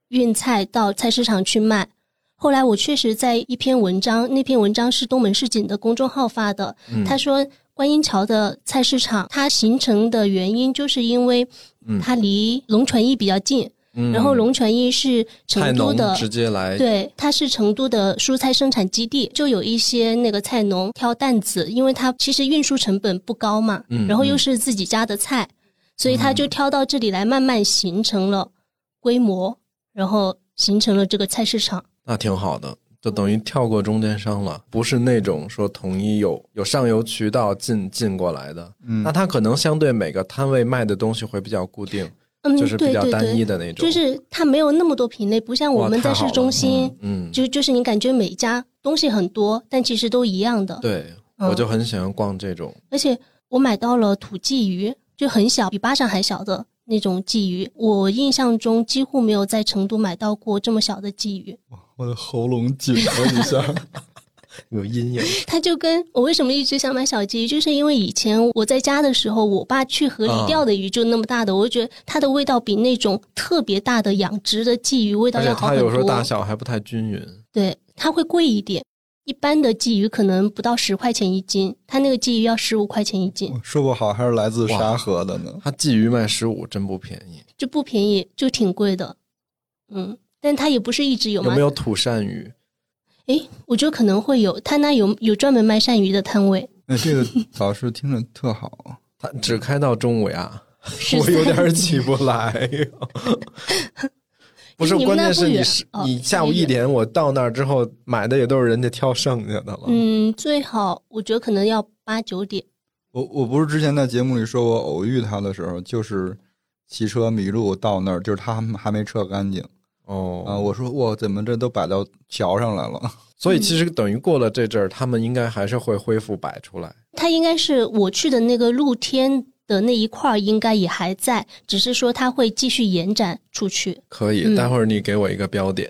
运菜到菜市场去卖。后来我确实在一篇文章，那篇文章是东门市井的公众号发的，
嗯
他说观音桥的菜市场它形成的原因，就是因为
嗯
它离龙泉驿比较近，
嗯
然后龙泉驿是
菜
成都
农
的。
直接来，
对，它是成都的蔬菜生产基地，就有一些那个菜农挑担子，因为它其实运输成本不高嘛，
嗯
然后又
嗯
是自己家的菜，所以他就挑到这里来，慢慢形成了规模，然后形成了这个菜市场。
那挺好的，就等于跳过中间商了，不是那种说统一有有上游渠道进进过来的。
嗯
那，他可能相对每个摊位卖的东西会比较固定，
嗯，
就是比
对
较
对
单
对，
一的那种。
就是它没有那么多品类，不像我
哇
们
太
在
好
市
了
中心，
嗯，
就就是你感觉每一家东西很多，但其实都一样的。
对，
嗯
我就很喜欢逛这种。
而且我买到了土鲫鱼，就很小，比巴掌还小的那种鲫鱼。我印象中几乎没有在成都买到过这么小的鲫鱼。
*laughs*
*laughs*
我的喉咙紧了一下，
*laughs* 有阴影，
它就跟我为什么一直想买小鲫鱼，就是因为以前我在家的时候，我爸去河里
啊
钓的鱼就那么大的，我就觉得它的味道比那种特别大的养殖的鲫鱼味道
而
要
且
好
它
很多。
有时候大小还不太均匀。
对，它会贵一点。一般的鲫鱼可能不到十块钱一斤，它那个鲫鱼要十五块钱一斤，
说不好还是来自沙河的呢。
它鲫鱼卖十五，真不便宜。
就不便宜，就挺贵的。嗯，但它也不是一直有
有
嘛
没。有土鳝鱼？
诶，我觉得可能会有，他那有有专门卖鳝鱼的摊位，
那这个早市听着特好，
它
*laughs*
只开到中午呀，
是
我有点起不来。不是，
你们
关
那不
键是你
远
是
哦
你下午
也
一
远
点我到那儿之后买的也都是人家挑剩下的了。
嗯，最好我觉得可能要八九点。
我我不是之前在节目里说我偶遇他的时候，就是骑车迷路到那儿，就是他还还没撤干净
哦
嗯
啊、我说我怎么这都摆到桥上来了？
所以其实等于过了这阵儿，他们应该还是会恢复摆出来。
它应该是我去的那个露天的那一块儿，应该也还在，只是说它会继续延展出去
可以，
嗯
待会儿你给我一个标点。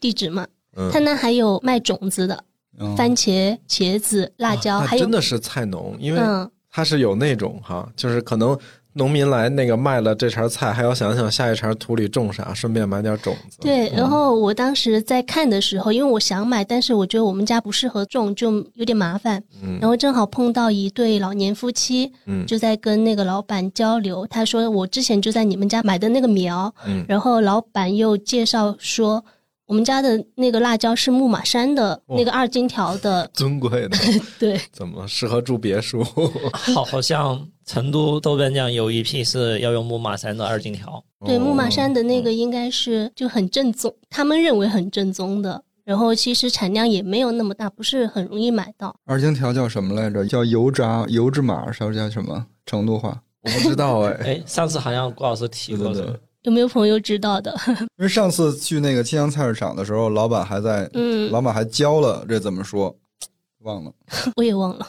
地址嘛。
嗯
它，那还有卖种子的，
嗯、
番茄、茄子、辣椒，
啊那
还有
真的是菜农，因为
嗯，
他是有那种哈，就是可能农民来那个卖了这茬菜，还要想想下一茬土里种啥，顺便买点种子。
对。然后我当时在看的时候，因为我想买，但是我觉得我们家不适合种，就有点麻烦。
嗯，
然后正好碰到一对老年夫妻，
嗯
就在跟那个老板交流。他说我之前就在你们家买的那个苗，
嗯
然后老板又介绍说我们家的那个辣椒是木马山的
哇
那个二荆条
*laughs*
的，
尊贵的，
对，
怎么适合住别墅？
好，好像成都豆瓣酱有一批是要用木马山的二荆条，
对，
哦
木马山的那个应该是就很正宗，他们认为很正宗的。然后其实产量也没有那么大，不是很容易买到。
二荆条叫什么来着？叫油炸油芝麻，是叫什么？成都话？
我不知道哎，
哎，上次好像郭老师提过
对
的
对对，
有没有朋友知道的？ *laughs*
因为上次去那个青阳菜市场的时候，老板还在，
嗯，
老板还教了这怎么说，忘了。
我也忘了。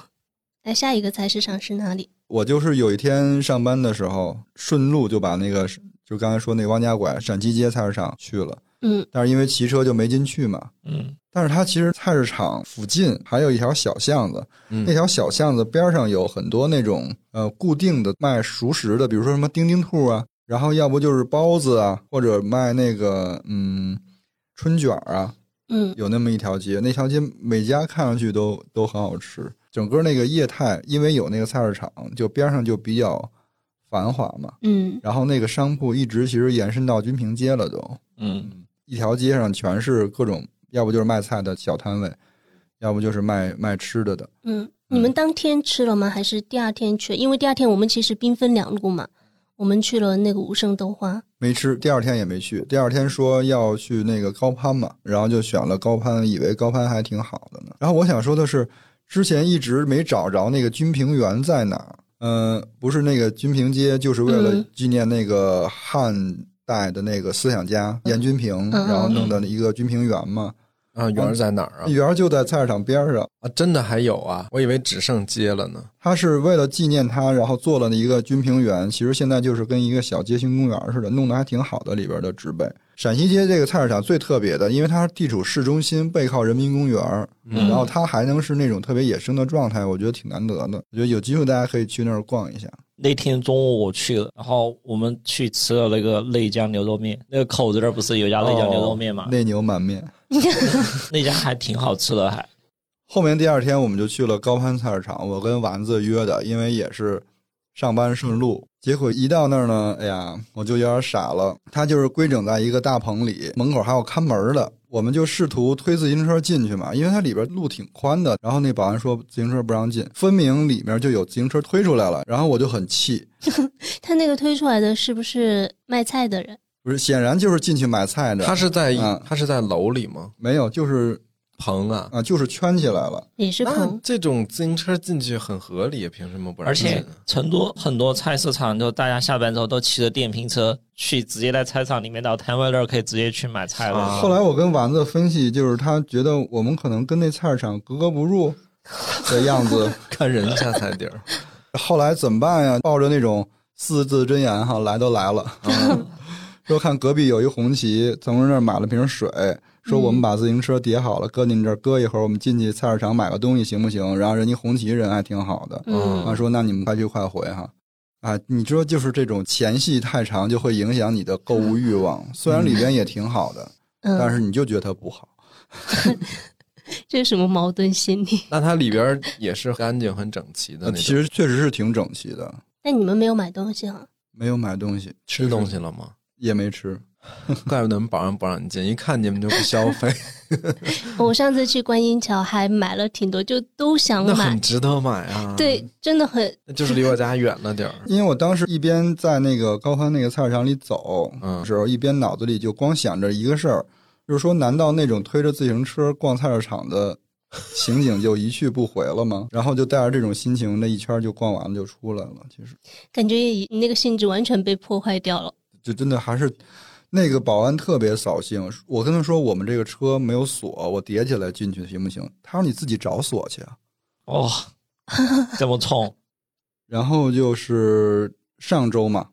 来，下一个菜市场是哪里？
我就是有一天上班的时候，顺路就把那个就刚才说那个汪家拐陕西街菜市场去了，
嗯，
但是因为骑车就没进去嘛。
嗯，
但是它其实菜市场附近还有一条小巷子，
嗯
那条小巷子边上有很多那种呃固定的卖熟食的，比如说什么丁丁兔啊，然后要不就是包子啊，或者卖那个嗯春卷儿啊，
嗯，
有那么一条街，那条街每家看上去都都很好吃。整个那个业态，因为有那个菜市场，就边上就比较繁华嘛。
嗯，
然后那个商铺一直其实延伸到军平街了都，
嗯，
一条街上全是各种，要不就是卖菜的小摊位，要不就是卖卖吃的的。
嗯，你们当天吃了吗？还是第二天去？因为第二天我们其实兵分两路嘛，我们去了那个无声豆花。
没吃，第二天也没去。第二天说要去那个高攀嘛，然后就选了高攀，以为高攀还挺好的呢。然后我想说的是，之前一直没找着那个军平园在哪儿。嗯、不是那个军平街，就是为了
嗯
纪念那个汉代的那个思想家颜君平，
嗯
然后弄的一个军平园嘛。
啊，园儿在哪儿啊？
园儿就在菜市场边上，
啊，真的还有啊，我以为只剩街了呢。
他是为了纪念他，然后做了一个军平园，其实现在就是跟一个小街心公园似的，弄得还挺好的里边的植被。陕西街这个菜市场最特别的，因为它地处市中心，背靠人民公园，
嗯
然后它还能是那种特别野生的状态，我觉得挺难得的。我觉得有机会大家可以去那儿逛一下。
那天中午我去了，然后我们去吃了那个内江牛肉面，那个口子那儿不是有家内江牛肉面
哦
嘛，
内牛满面。
那家还挺好吃的，还
后面第二天我们就去了高攀菜市场，我跟丸子约的，因为也是上班顺路。结果一到那儿呢，哎呀，我就有点傻了。他就是规整在一个大棚里，门口还有看门的。我们就试图推自行车进去嘛，因为它里边路挺宽的。然后那保安说自行车不让进，分明里面就有自行车推出来了。然后我就很气，
他那个推出来的是不是卖菜的人？
不是，显然就是进去买菜的。
他是在
嗯
他是在楼里吗？
没有，就是
棚啊，
啊，就是圈起来了。
也是
那
朋
这种自行车进去很合理，凭什么不让
而
进
且
呢？
成都很多菜市场，就大家下班之后都骑着电瓶车去，直接在菜市场里面到摊位那儿可以直接去买菜了。
啊
后来我跟丸子分析，就是他觉得我们可能跟那菜市场格格不入的样子。
看人家菜地儿，
后来怎么办呀？抱着那种四字真言哈，来都来了，说看隔壁有一红旗，从人那儿买了瓶水，说我们把自行车叠好了，搁你们这儿搁一会儿，我们进去菜市场买个东西行不行？然后人家红旗人还挺好的，
嗯
啊，说那你们快去快回哈。啊，你知道，就是这种前戏太长，就会影响你的购物欲望。虽然里边也挺好的，
嗯，
啊但是你就觉得它不好。
这是什么矛盾心 *laughs* 理？
那它里边儿也是干净、很整齐的那
呃
种。
其实确实是挺整齐的，
但你们没有买东西哈、
没有买东西，
吃东西了吗？
也没吃。
怪不得你们保安不让你进，一看你们就不
*laughs*
消费，
我上次去观音桥还买了挺多，就都想
那
买
很。值得买啊。，
对，真的很
那就是离我家远了
*laughs*
点儿。
因为我当时一边在那个高欢那个菜市场里走
嗯
的时候，一边脑子里就光想着一个事儿，就是说，难道那种推着自行车逛菜市场的情景就一去不回了吗？然后就带着这种心情，那一圈就逛完了，就出来了。其实，
感觉你那个性质完全被破坏掉了。
就真的还是那个保安特别扫兴。我跟他说，我们这个车没有锁，我叠起来进去行不行？他说你自己找锁去啊。
哦，这么冲，
然后就是上周嘛，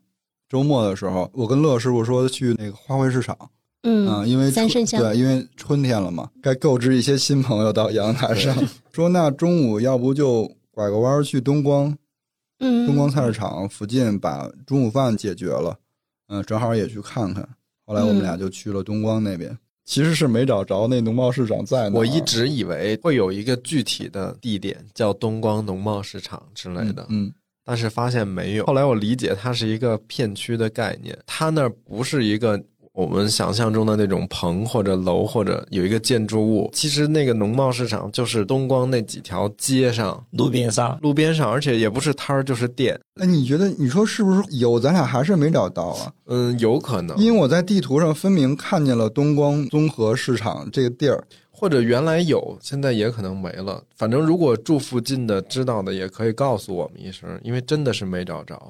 周末的时候，我跟乐师傅说去那个花卉市场。
嗯，
啊，因为
三
春
圣像
对，因为春天了嘛，该购置一些新朋友到阳台上。说那中午要不就拐个弯儿去东光
嗯，
东光菜市场附近把中午饭解决了，嗯，正好也去看看。后来我
嗯
们俩就去了东光那边，其实是没找着那农贸市场在哪儿。
我一直以为会有一个具体的地点叫东光农贸市场之类的，
嗯，嗯
但是发现没有。后来我理解它是一个片区的概念，它那儿不是一个我们想象中的那种棚或者楼或者有一个建筑物。其实那个农贸市场就是东光那几条街上、
路边上
路边上，而且也不是摊儿就是店。
哎，你觉得你说是不是有？咱俩还是没找到啊？
嗯，有可能，
因为我在地图上分明看见了东光综合市场这个地儿，
或者原来有，现在也可能没了。反正如果住附近的知道的，也可以告诉我们一声，因为真的是没找着。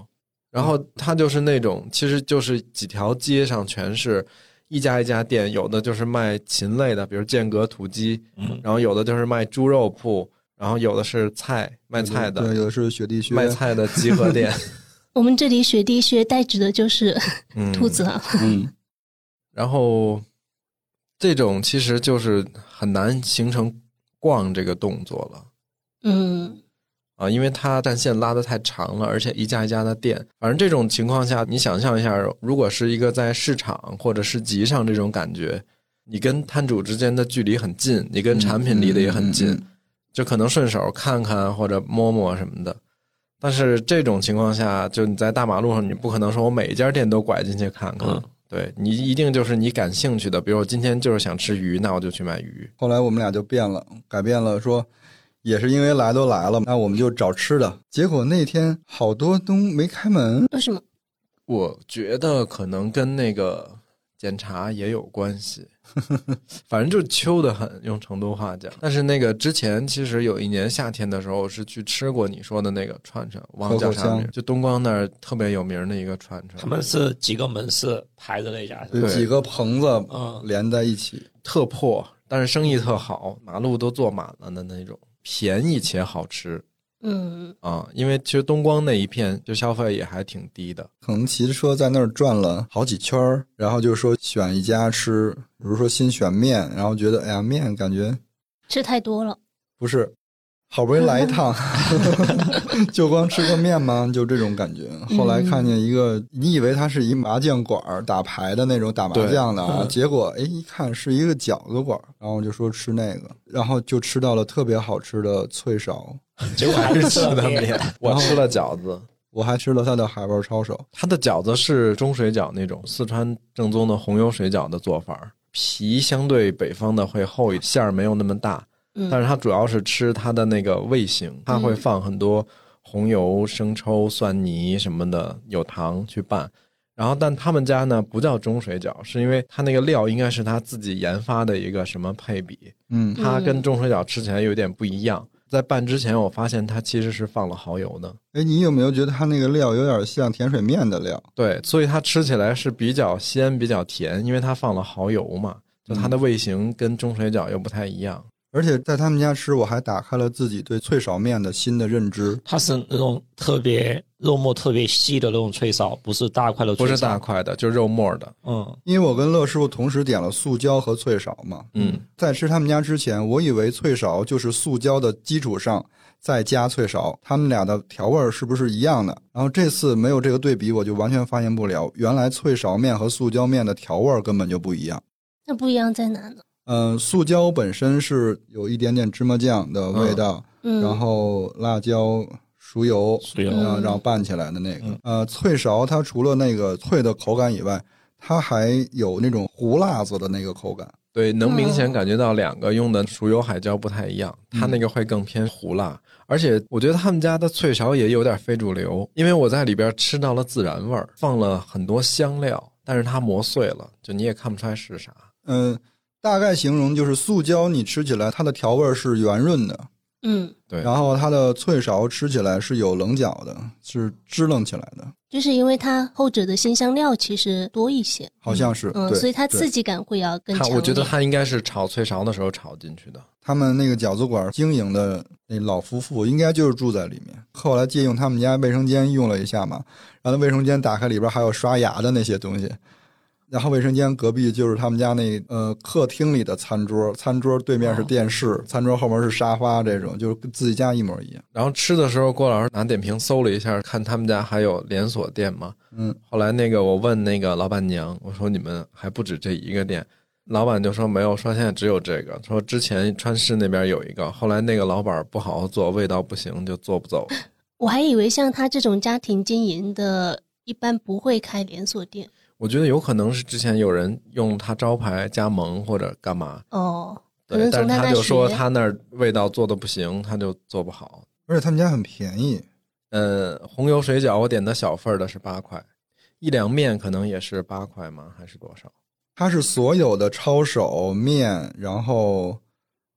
然后它就是那种，其实就是几条街上全是一家一家店，有的就是卖禽类的，比如间隔土鸡，
嗯
然后有的就是卖猪肉铺，然后有的是菜卖菜
对，
的，
有的是雪地靴，
卖菜的集合店，
我们这里雪地靴代指的就是
嗯
兔子
*laughs*
啊。
嗯，
然后这种其实就是很难形成逛这个动作了。
嗯，
啊，因为它战线拉得太长了，而且一家一家的店，反正这种情况下，你想象一下，如果是一个在市场或者市集上这种感觉，你跟摊主之间的距离很近，你跟产品离得也很近，
嗯嗯嗯
就可能顺手看看或者摸摸什么的。但是这种情况下，就你在大马路上，你不可能说我每一家店都拐进去看看，
嗯
对你一定就是你感兴趣的，比如我今天就是想吃鱼，那我就去买鱼。
后来我们俩就变了，改变了说，也是因为来都来了，那我们就找吃的。结果那天好多都没开门，
为什么？
我觉得可能跟那个检查也有关系， *laughs* 反正就是秋的很，用成都话讲。但是那个之前其实有一年夏天的时候，我是去吃过你说的那个串串，忘了叫
口
啥
口
名儿，
香
就东光那儿特别有名的一个串
他
串，
们是几个门市排着那家，
有几个棚子呃
嗯
连在一起，
特破，但是生意特好，马路都坐满了的那种，便宜且好吃
嗯，
啊、因为其实东光那一片就消费也还挺低的，
可能骑着车在那儿转了好几圈儿，然后就说选一家吃，比如说先选面，然后觉得哎呀面感觉
吃太多了。
不是。好不容易来一趟，就光吃个面吗？就这种感觉。后来看见一个，你以为它是一麻将馆儿打牌的那种打麻将的啊，结果哎一看是一个饺子馆儿，然后就说吃那个，然后就吃到了特别好吃的脆勺，
结果还是吃了面。
我 *laughs* 吃了饺子。
我还吃了它的海味抄手，
它的饺子是中水饺那种四川正宗的红油水饺的做法，皮相对北方的会厚一点，馅儿没有那么大，
嗯，
但是它主要是吃它的那个味型，它会放很多红油、生抽、蒜泥什么的，有糖去拌。然后，但他们家呢不叫中水饺，是因为它那个料应该是他自己研发的一个什么配比，
嗯，
它跟中水饺吃起来有点不一样。在拌之前，我发现它其实是放了蚝油的。
哎，你有没有觉得它那个料有点像甜水面的料？
对，所以它吃起来是比较鲜、比较甜，因为它放了蚝油嘛，就它的味型跟中水饺又不太一样。
而且在他们家吃，我还打开了自己对脆勺面的新的认知。
它是那种特别肉末特别细的那种脆勺，不是大块的脆
不
勺，
是大，块的，就肉末的。
嗯，
因为我跟乐师傅同时点了素椒和脆勺嘛，
嗯，
在吃他们家之前，我以为脆勺就是塑胶的基础上再加脆勺，他们俩的调味儿是不是一样的？然后这次没有这个对比，我就完全发现不了，原来脆勺面和塑胶面的调味儿根本就不一样。
那不一样在哪呢？
嗯、塑胶本身是有一点点芝麻酱的味道，
嗯，
然后辣椒、熟油，啊
所以
嗯
然后然后拌起来的那个。呃，脆勺它除了那个脆的口感以外，它还有那种胡辣子的那个口感。
对，能明显感觉到两个用的熟油海椒不太一样，它那个会更偏胡辣，而且我觉得他们家的脆勺也有点非主流，因为我在里边吃到了孜然味儿，放了很多香料，但是它磨碎了，就你也看不出来是啥。
嗯，大概形容就是素椒，你吃起来它的调味儿是圆润的，
嗯，
对，
然后它的脆勺吃起来是有棱角的，是支棱起来的，
就是因为它后者的新香料其实多一些，
好像是。
嗯，
对
所以它
对
刺激感会要更
它
强。
我觉得，它应该是炒脆勺的时候炒进去的。
他们那个饺子馆经营的那老夫妇，应该就是住在里面。后来借用他们家卫生间用了一下嘛，然后卫生间打开里边还有刷牙的那些东西，然后卫生间隔壁就是他们家那呃客厅里的餐桌，餐桌对
哦
面是电视，餐桌后面是沙发，这种就是跟自己家一模一样。
然后吃的时候，郭老师拿点评搜了一下，看他们家还有连锁店吗？
嗯，
后来那个我问那个老板娘，我说你们还不止这一个店，老板就说没有，说现在只有这个，说之前川师那边有一个，后来那个老板不好好做，味道不行就做不走。
我还以为像他这种家庭经营的，一般不会开连锁店
我觉得有可能是之前有人用他招牌加盟或者干嘛，
哦。可
对
能，从
但是
他
他
那
就说
学
他那儿味道做的不行，他就做不好。
而且他们家很便宜，
呃，红油水饺我点的小份儿的是八块，一两面可能也是八块吗？还是多少？
它是所有的抄手面，然后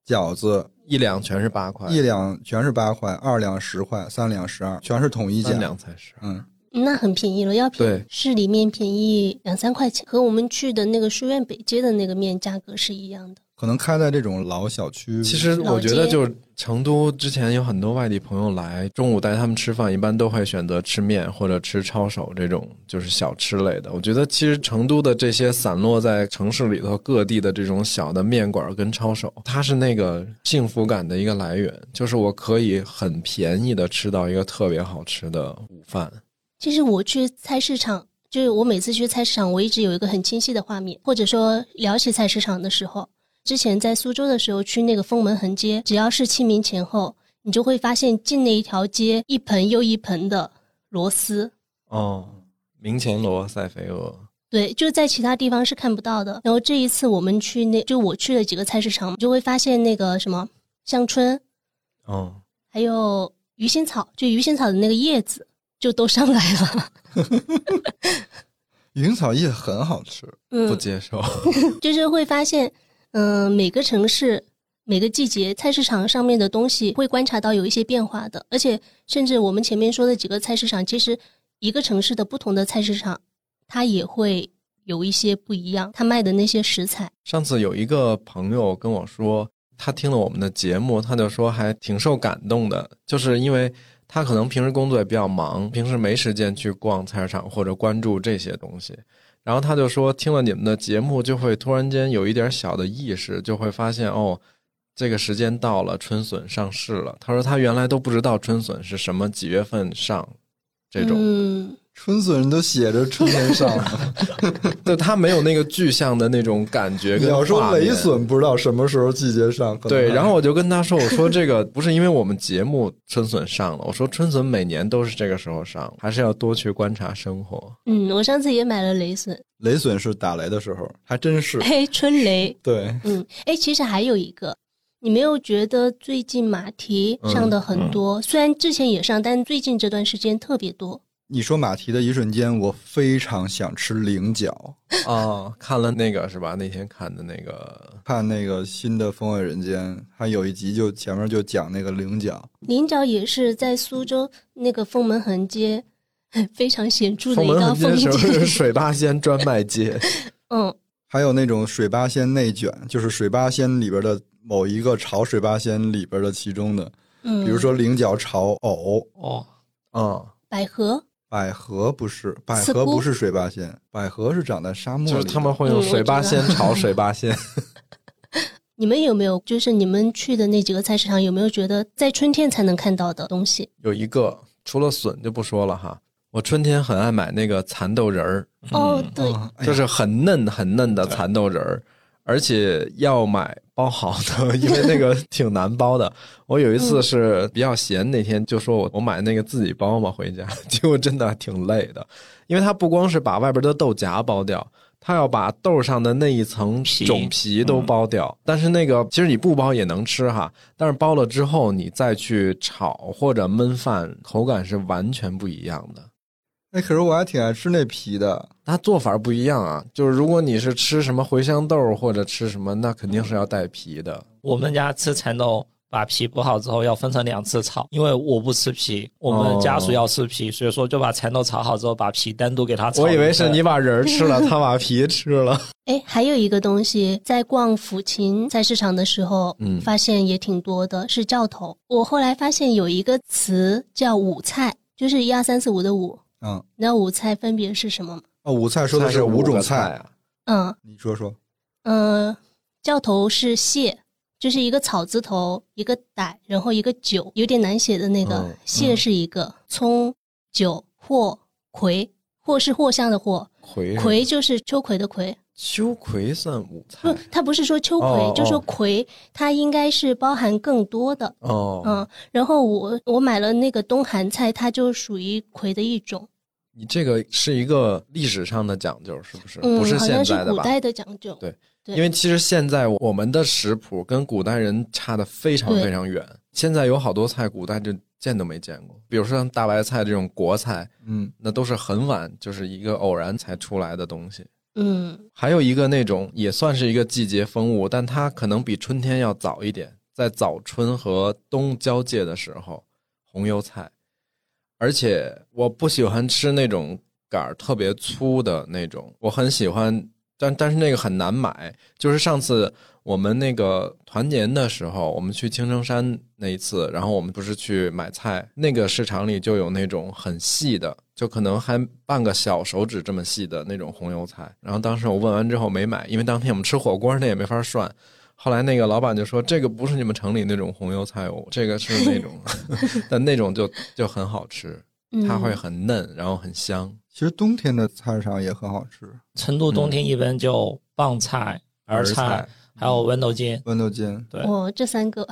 饺子
一两全是八块，
一两全是八块，二两十块，三两十二，全是统一价
三。两才是。
嗯，
那很便宜了，要便
对
宜市里面便宜两三块钱，和我们去的那个书院北街的那个面价格是一样的。
可能开在这种老小区，
其实
老
我觉得，
街
就是成都之前有很多外地朋友来，中午带他们吃饭，一般都会选择吃面或者吃抄手这种就是小吃类的。我觉得，其实成都的这些散落在城市里头各地的这种小的面馆跟抄手，它是那个幸福感的一个来源，就是我可以很便宜的吃到一个特别好吃的午饭。
其实我去菜市场，就是我每次去菜市场，我一直有一个很清晰的画面，或者说聊起菜市场的时候，之前在苏州的时候去那个封门横街，只要是清明前后，你就会发现进那一条街一盆又一盆的螺丝，
哦，明前螺、赛肥鹅，
对，就在其他地方是看不到的。然后这一次我们去那，就我去了几个菜市场，就会发现那个什么香椿，
哦，
还有鱼腥草，就鱼腥草的那个叶子就都上来了。
云草叶很好吃，
不
嗯，
接受。
就是会发现，嗯、每个城市、每个季节，菜市场上面的东西会观察到有一些变化的。而且，甚至我们前面说的几个菜市场，其实一个城市的不同的菜市场，它也会有一些不一样，它卖的那些食材。
上次有一个朋友跟我说，他听了我们的节目，他就说还挺受感动的，就是因为他可能平时工作也比较忙，平时没时间去逛菜市场或者关注这些东西。然后他就说，听了你们的节目，就会突然间有一点小的意识，就会发现哦，这个时间到了，春笋上市了。他说他原来都不知道春笋是什么几月份上，这种。
嗯，
春笋都写着春天上了。
*laughs* 就他没有那个具象的那种感觉
你
跟
要说
画面
雷笋，不知道什么时候季节上，可能
对，然后我就跟他说：“我说这个不是因为我们节目春笋上了，我说春笋每年都是这个时候上，还是要多去观察生活。
嗯，我上次也买了雷笋，
雷笋是打雷的时候，还真是
嘿，春雷。
*laughs* 对。
嗯，哎，其实还有一个，你没有觉得最近马蹄
嗯
上的很多？虽然之前也上，但最近这段时间特别多。
你说马蹄的一瞬间，我非常想吃菱角。”
哦， *laughs* 看了那个是吧？那天看的那个，
看那个新的《风味人间》，它有一集就前面就讲那个菱角，
菱角也是在苏州那个封门横街非常显著的
封
一
门
道
横
风
街时候是
景。
水八仙专卖
*laughs*
街，
嗯，
还有那种水八仙内卷，就是水八仙里边的某一个炒水八仙里边的其中的，
嗯
比如说菱角炒藕，
哦，
嗯，
百合，
百合不是，百
刺
合
菇
不是水八仙，百合是长在沙漠里
就
的，
是他们
嗯
会用水八仙炒水八仙。
你们有没有就是你们去的那几个菜市场有没有觉得在春天才能看到的东西？
有一个除了笋就不说了哈，我春天很爱买那个蚕豆仁儿，
哦，
嗯
对，
啊 *laughs* 哎呀
就是很嫩很嫩的蚕豆仁儿，而且要买包好的， *laughs* 因为那个挺难包的。我有一次是比较闲，那天就说我我买那个自己 *laughs* 包嘛回家，结果真的挺累的，因为它不光是把外边的豆荚包掉，它要把豆上的那一层
皮
种皮都剥掉。但是那个其实你不剥也能吃哈，但是剥了之后你再去炒或者焖饭，口感是完全不一样的。
哎，可是我还挺爱吃那皮的。
它做法不一样啊，就是如果你是吃什么茴香豆或者吃什么，那肯定是要带皮的。
我们家吃蚕豆，把皮剥好之后要分成两次炒，因为我不吃皮，我们家属要吃皮，所以说就把蚕豆炒好之后，把皮单独给它炒。
我以为是你，把仁儿吃了，他把皮吃 *laughs* 了。
哎，还有一个东西，在逛抚琴菜市场的时候，
嗯
发现也挺多的，是教头。我后来发现有一个词叫“五菜”，就是一二三四五的五。
嗯，
你知道五菜分别是什么吗？
哦，五菜说的是
五
五种
个菜啊，
嗯
你说说。
嗯、呃教头是蟹，就是一个草字头，一个歹，然后一个酒，有点难写的那个、
嗯
蟹是一个，葱、酒、藿、葵，藿是藿香的藿，
葵是
葵就是秋葵的葵。
秋葵算五菜
不，他不是说秋葵，
哦哦
就说葵，它应该是包含更多的。
哦。
嗯，然后我我买了那个东韩菜，它就属于葵的一种，
你这个是一个历史上的讲究，是不是？
嗯，
不是
好
现
像是
在的
古
吧？
代的讲究。
对
对
因为其实现在我们的食谱跟古代人差的非常
对
非常远。现在有好多菜，古代就见都没见过，比如说像大白菜这种国菜，
嗯，
那都是很晚，就是一个偶然才出来的东西。
嗯，
还有一个那种也算是一个季节风物，但它可能比春天要早一点，在早春和冬交界的时候，红油菜。而且我不喜欢吃那种杆儿特别粗的那种，我很喜欢，但但是那个很难买。就是上次我们那个团年的时候，我们去青城山那一次，然后我们不是去买菜，那个市场里就有那种很细的，就可能还半个小手指这么细的那种红油菜。然后当时我问完之后没买，因为当天我们吃火锅那也没法涮。后来那个老板就说：“这个不是你们城里那种红油菜哦，这个是那
*laughs*
种，但那种就就很好吃，
嗯
它会很嫩，然后很香。
其实冬天的菜市场也很好吃，
成都冬天一般就棒菜、儿
儿
菜
菜，
还有豌豆尖。
豌豆尖。
对
哦，这三个，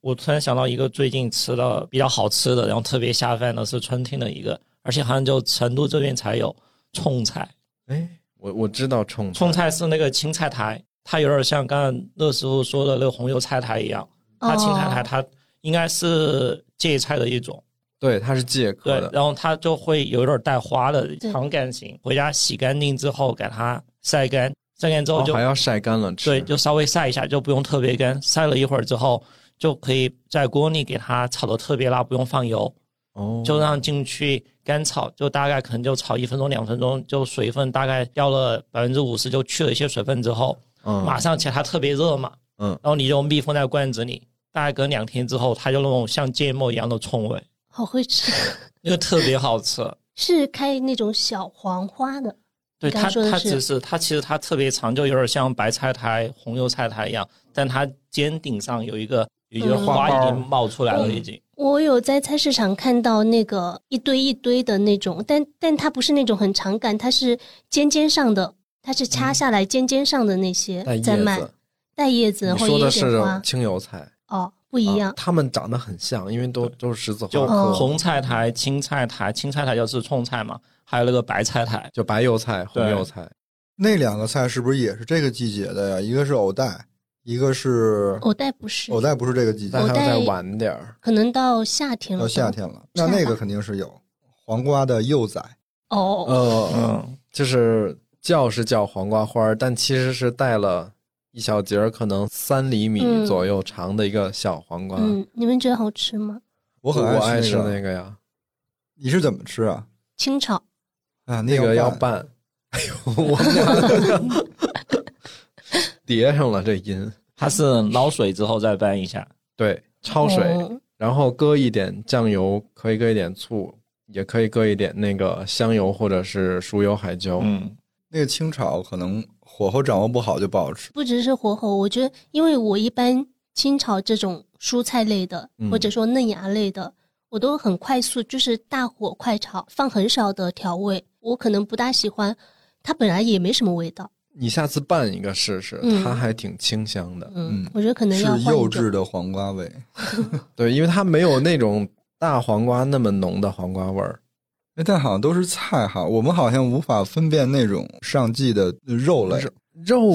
我突然想到一个最近吃的比较好吃的，然后特别下饭的是春天的一个，而且好像就成都这边才有冲菜。
哎，我我知道冲
冲菜是那个青菜台，它有点像刚刚乐师傅说的那个红油菜苔一样，它青菜苔
哦
它应该是芥菜的一种，
对，它是介壳，
对
的，
然后它就会有点带花的
对
糖感型，回家洗干净之后给它晒干，晒干之后
哦
就、
还要晒干了吃。
对，就稍微晒一下，就不用特别干，晒了一会儿之后。就可以在锅里给它炒的特别辣，不用放油，
哦，
就让进去干炒，就大概可能就炒一分钟、两分钟，就水分大概掉了百分之五十，就去了一些水分之后，
嗯
马上起来它特别热嘛，
嗯
然后你就密封在罐子里，大概隔两天之后，它就那种像芥末一样的冲味，
好会吃，
那个特别好吃。
是开那种小黄花的，
对
你刚
它，
说的
它
是
只是它其实它特别长，就有点像白菜苔、红油菜苔一样，但它尖顶上有一个有一个
嗯
花
花苞
已经冒出来了，已经。
我有在菜市场看到那个一堆一堆的那种，但但它不是那种很长杆，它是尖尖上的，它是掐下来尖尖上的那些
嗯带叶
在卖，
子。
带叶子，
你
然后
说
也
的
有
是
点花，
青油菜，
哦，不一样
啊，它们长得很像，因为都都是十字花
就
科，
哦
红菜苔、青菜苔，青菜苔就是冲菜嘛，还有那个白菜苔，
就白油菜、红
对
油菜。
那两个菜是不是也是这个季节的呀？一个是藕带，一个是
藕带不是，
藕带，不是这个季节
但
藕，
还
带
要再晚点儿。
可能到夏天了
到
吧，
夏天了。
夏
那
吧
那个肯定是有黄瓜的幼崽，
哦，
呃，
嗯，
就是叫是叫黄瓜花儿，但其实是带了一小节儿，可能三厘米
嗯
左右长的一个小黄瓜。
嗯，你们觉得好吃吗？
我很
我爱吃
吃个。
那个呀，
你是怎么吃啊？
清炒，
啊，
那个要
要
拌。哎呦，我们俩 *laughs* 叠上了这音，
它是捞水之后再拌一下，
对，焯水，
哦
然后搁一点酱油，可以搁一点醋，也可以搁一点那个香油或者是熟油海椒。
嗯，
那个清炒，可能火候掌握不好就不好吃。
不只是火候，我觉得，因为我一般清炒这种蔬菜类的，
嗯
或者说嫩芽类的，我都很快速，就是大火快炒，放很少的调味。我可能不大喜欢，它本来也没什么味道。
你下次拌一个试试，
嗯
它还挺清香的。
嗯
嗯，
我觉得可能
是
要换一
幼
个
稚的黄瓜味，
对，因为它没有那种大黄瓜那么浓的黄瓜味儿，
哎，但好像都是菜哈，我们好像无法分辨那种上季的肉类。
肉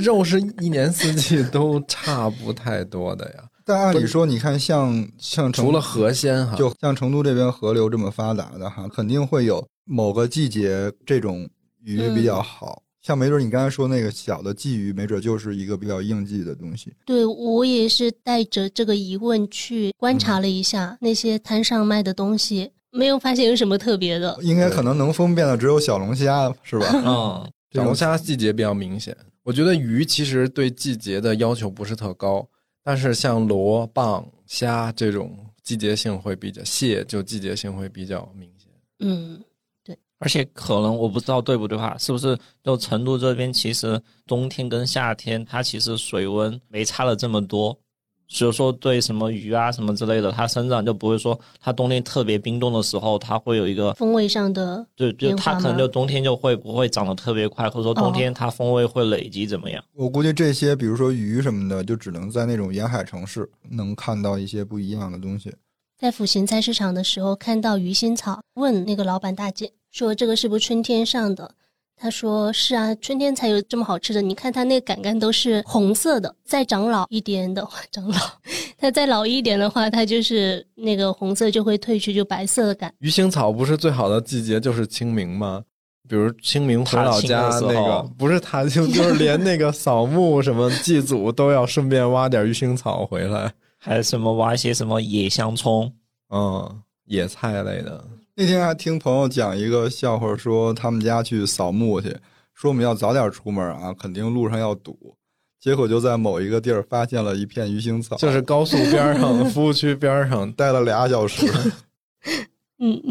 肉是一年四季都差不太多的呀，
但按理说，你看像像成
除了河鲜哈，
就像成都这边河流这么发达的哈，肯定会有某个季节这种
嗯
鱼比较好。像没准你刚才说那个小的鲫鱼，没准就是一个比较应季的东西。
对我也是带着这个疑问去观
嗯
察了一下那些摊上卖的东西，没有发现有什么特别的。
应该可能能分辨的只有小龙虾，是吧？
*laughs* 嗯，
这
小龙
种
虾季节比较明显。我觉得鱼其实对季节的要求不是特高，但是像螺、蚌、虾这种季节性会比较，蟹就季节性会比较明显。
嗯，
而且可能我不知道对不对哈，是不是就成都这边其实冬天跟夏天它其实水温没差了这么多，所以说对什么鱼啊什么之类的，它生长就不会说它冬天特别冰冻的时候，它会有一个
风味上的，
就就
变化
它可能
吗哦
就冬天就会不会长得特别快，或者说冬天它风味会累积怎么样？
我估计这些，比如说鱼什么的，就只能在那种沿海城市能看到一些不一样的东西。
在府行菜市场的时候看到鱼腥草，问那个老板大姐说：“这个是不是春天上的？”她说：“是啊，春天才有这么好吃的。你看它那杆杆都是红色的，再长老一点的话， *laughs* 长老，它再老一点的话，它就是那个红色就会褪去，就白色的杆。
鱼腥草不是最好的季节就是清明吗？比如清明回老家
踏青
那
的时
个
候，
不是踏青，就是连那个扫墓什么祭祖都要顺便挖点鱼腥草回来，
还有什么挖一些什么野香葱？
嗯，野菜类的。
那天还听朋友讲一个笑话，说他们家去扫墓去，说我们要早点出门啊，肯定路上要堵。结果就在某一个地儿发现了一片鱼腥草，
就是高速边上、服务区边上，
待了俩小时。
嗯，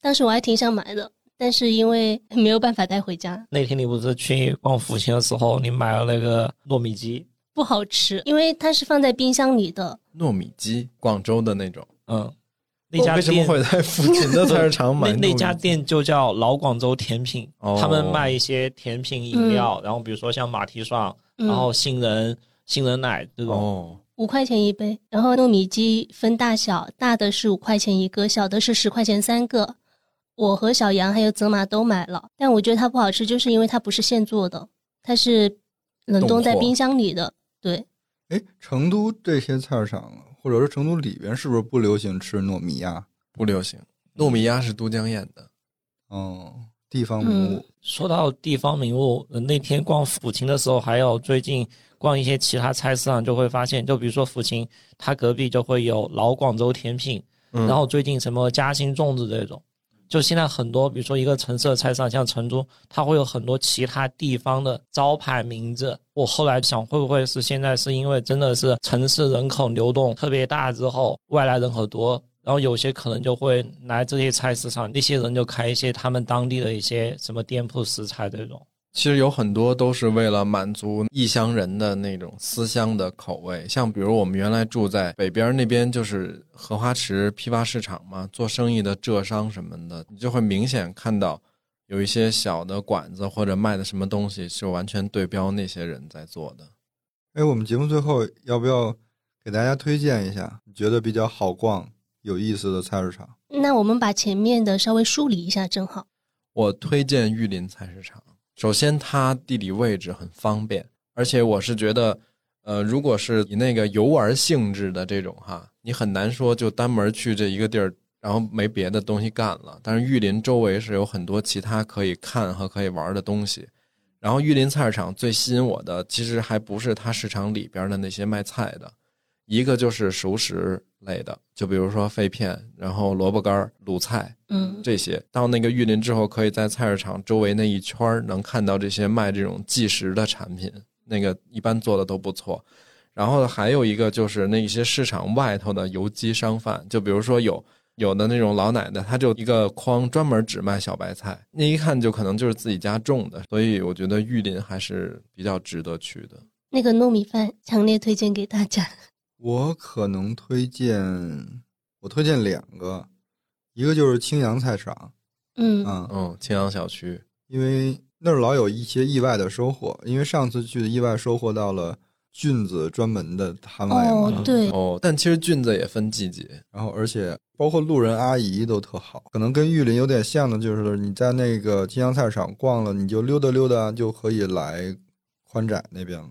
当时我还挺想买的，但是因为没有办法带回家，
那天你不是去逛抚琴的时候，你买了那个糯米鸡？
不好吃，因为它是放在冰箱里的。
糯米鸡，广州的那种。
嗯，那家
为什么
店
会在附近的菜市场买
那
糯米
那
鸡
家店就叫老广州甜品，
哦
他们卖一些甜品饮料，然后比如说像马蹄爽，
嗯、
然后杏仁杏仁奶这种。
哦，
五块钱一杯，然后糯米鸡分大小，大的是五块钱一个，小的是十块钱三个。我和小杨还有泽马都买了，但我觉得它不好吃，就是因为它不是现做的，它是冷冻在
冻货
冰箱里的。对，
*laughs* 哎，成都这些菜市场，或者说成都里边，是不是不流行吃糯米呀？
不流行。糯米鸭是都江堰的，
嗯，地方名物。
说到地方名物，呃那天逛抚琴的时候，还有最近逛一些其他菜市场，就会发现，就比如说抚琴，它隔壁就会有老广州甜品，
嗯
然后最近什么嘉兴粽子这种，就现在很多，比如说一个城市的菜市场，像成都，它会有很多其他地方的招牌名字。我后来想，会不会是现在是因为真的是城市人口流动特别大之后，外来人口多，然后有些可能就会来这些菜市场，那些人就开一些他们当地的一些什么店铺食材这种。
其实有很多都是为了满足异乡人的那种思乡的口味。像比如我们原来住在北边那边，就是荷花池批发市场嘛，做生意的浙商什么的，你就会明显看到有一些小的馆子或者卖的什么东西是完全对标那些人在做的。
哎，我们节目最后要不要给大家推荐一下你觉得比较好逛、有意思的菜市场？
那我们把前面的稍微梳理一下，正好。嗯
我推荐玉林菜市场。首先，它地理位置很方便，而且我是觉得，呃，如果是以那个游玩性质的这种哈，你很难说就单门去这一个地儿，然后没别的东西干了。但是玉林周围是有很多其他可以看和可以玩的东西。然后玉林菜市场最吸引我的，其实还不是它市场里边的那些卖菜的，一个就是熟食类的，就比如说肺片，然后萝卜干儿、卤菜，
嗯，
这些。到那个玉林之后，可以在菜市场周围那一圈儿能看到这些卖这种即食的产品，那个一般做的都不错。然后还有一个就是那些市场外头的游击商贩，就比如说有有的那种老奶奶，她就一个筐专门只卖小白菜，那一看就可能就是自己家种的，所以我觉得玉林还是比较值得去的。
那个糯米饭强烈推荐给大家。
我可能推荐，我推荐两个，一个就是青阳菜市场
嗯，
啊，
嗯，青阳小区，
因为那儿老有一些意外的收获。因为上次去的意外收获到了菌子专门的摊位嘛，
哦，对，
哦，但其实菌子也分季节，
然后而且包括路人阿姨都特好，可能跟玉林有点像的，就是你在那个金阳菜市场逛了，你就溜达溜达就可以来宽窄那边了。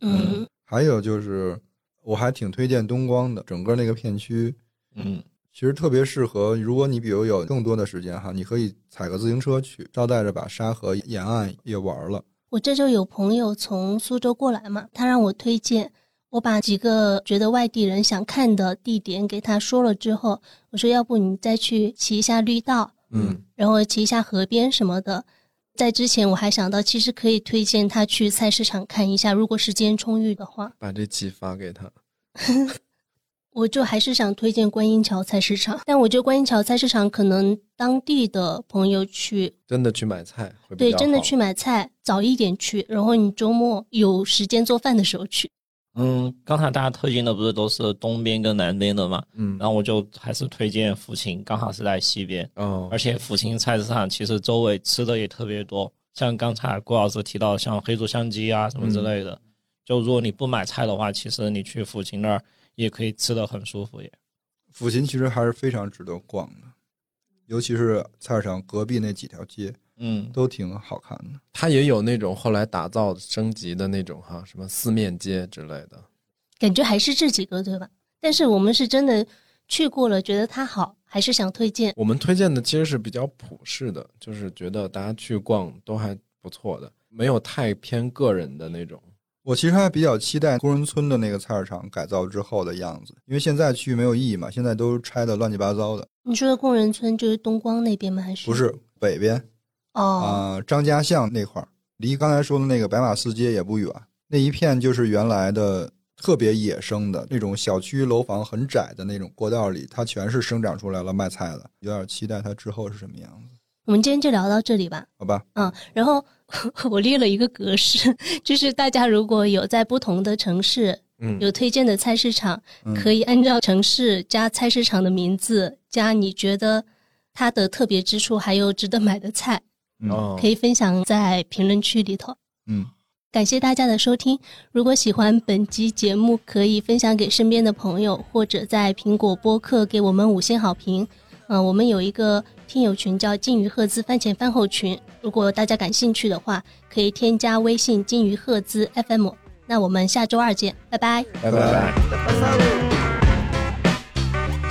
嗯，
还有就是，我还挺推荐东光的，整个那个片区
嗯，
其实特别适合，如果你比如有更多的时间哈，你可以踩个自行车去，捎带着把沙河沿岸也玩了。
我这周有朋友从苏州过来嘛，他让我推荐，我把几个觉得外地人想看的地点给他说了之后，我说要不你再去骑一下绿道，
嗯，
然后骑一下河边什么的。在之前我还想到，其实可以推荐他去菜市场看一下，如果时间充裕的话，
把这期发给他。
我就还是想推荐观音桥菜市场。但我觉得观音桥菜市场可能当地的朋友去
真的去买菜会比
对，
较
真的
好
去买菜，早一点去，然后你周末有时间做饭的时候去。
嗯，刚才大家推荐的不是都是东边跟南边的嘛？
嗯
然后我就还是推荐福清，刚好是在西边，
哦
而，且福清菜市场其实周围吃的也特别多，像刚才郭老师提到像黑竹香鸡啊什么之类的。就如果你不买菜的话，其实你去福清那儿也可以吃的很舒服也。
抚琴其实还是非常值得逛的，尤其是菜市场隔壁那几条街
嗯，
都挺好看的。
它也有那种后来打造升级的那种哈，什么四面街之类的。
感觉还是这几个对吧？但是我们是真的去过了，觉得它好，还是想推荐。
我们推荐的其实是比较普世的，就是觉得大家去逛都还不错的，没有太偏个人的那种。
我其实还比较期待工人村的那个菜市场改造之后的样子，因为现在去没有意义嘛，现在都拆的乱七八糟的。
你说的工人村就是东光那边吗？还是
不是北边
哦，
啊、张家巷那块儿，离刚才说的那个白马寺街也不远，那一片就是原来的特别野生的那种小区楼房很窄的那种过道里，它全是生长出来了卖菜的，有点期待它之后是什么样子，
我们今天就聊到这里吧。
好吧？
嗯，然后 *laughs* 我列了一个格式，就是大家如果有在不同的城市
嗯，
有推荐的菜市场，
嗯
可以按照城市加菜市场的名字加你觉得它的特别之处，还有值得买的菜，
嗯、
哦
可以分享在评论区里头。
嗯，
感谢大家的收听。如果喜欢本集节目，可以分享给身边的朋友，或者在苹果播客给我们五星好评。嗯、我们有一个听友群叫“金鱼赫兹饭前饭后群”，如果大家感兴趣的话，可以添加微信“金鱼赫兹 FM”。那我们下周二见，拜拜。
拜拜。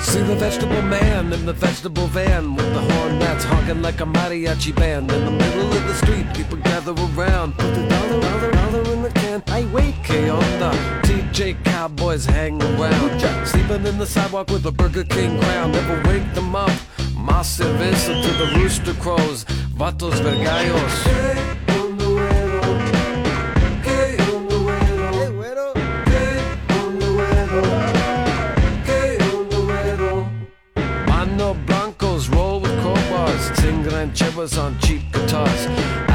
See the vegetable man in the vegetable van with the hornets honking like a mariachi band. In the middle of the street, people gather around. Put the dollar, dollar, dollar in the can. I wait, K on the TJ Cowboys hang around. Sleeping in the sidewalk with a Burger King crown. Never wake them up. Mas cerveza to the rooster crows. Vatos vergallos. Mano Blancos roll with crowbars, sing rancheros on cheap guitars.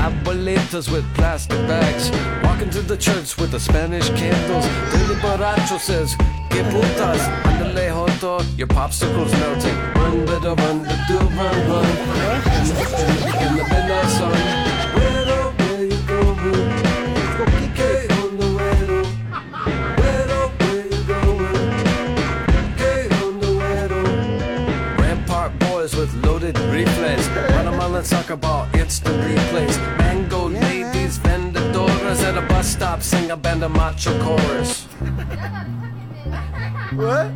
Abuelitas with plastic bags, walking to the church with the Spanish candles. Billy Baracho says, Que putas, andale joto, your popsicle's melting. Run, little run, the do run, run. In the midnight sun, Güero, where you going? Que onda, güero? Güero, where you going? Que onda, güero? Rampart boys with loaded reflex. Guatemalan soccer ball, instant replays. Mango ladies, vendedoras at a bus stop, sing a band of macho chorus. what?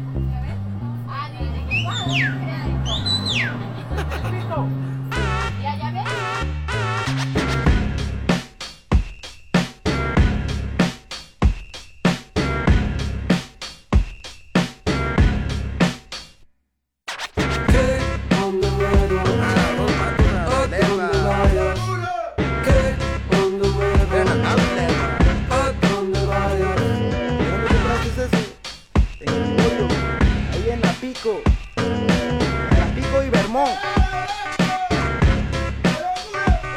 Ahí en la pico. En la pico y Vermont.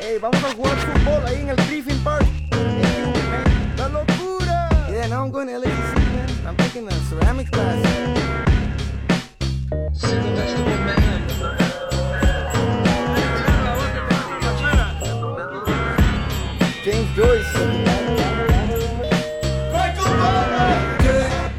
Ey, vamos a jugar fútbol ahí en el Griffin Park. ¡La locura! Yeah, now I'm going to LAC, man. I'm taking a ceramics class. James Joyce. Michael Butler!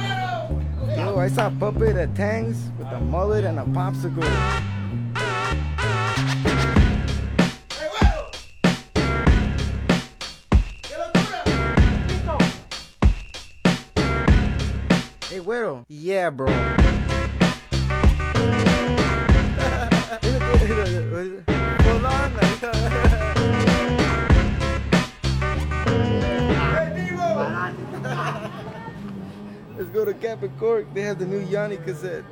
I saw a puppet that tangs with a mullet and a popsicle. Hey, güero. Yeah, bro. Hold on. Let's go to Cap and Cork. They have the new Yanni cassette.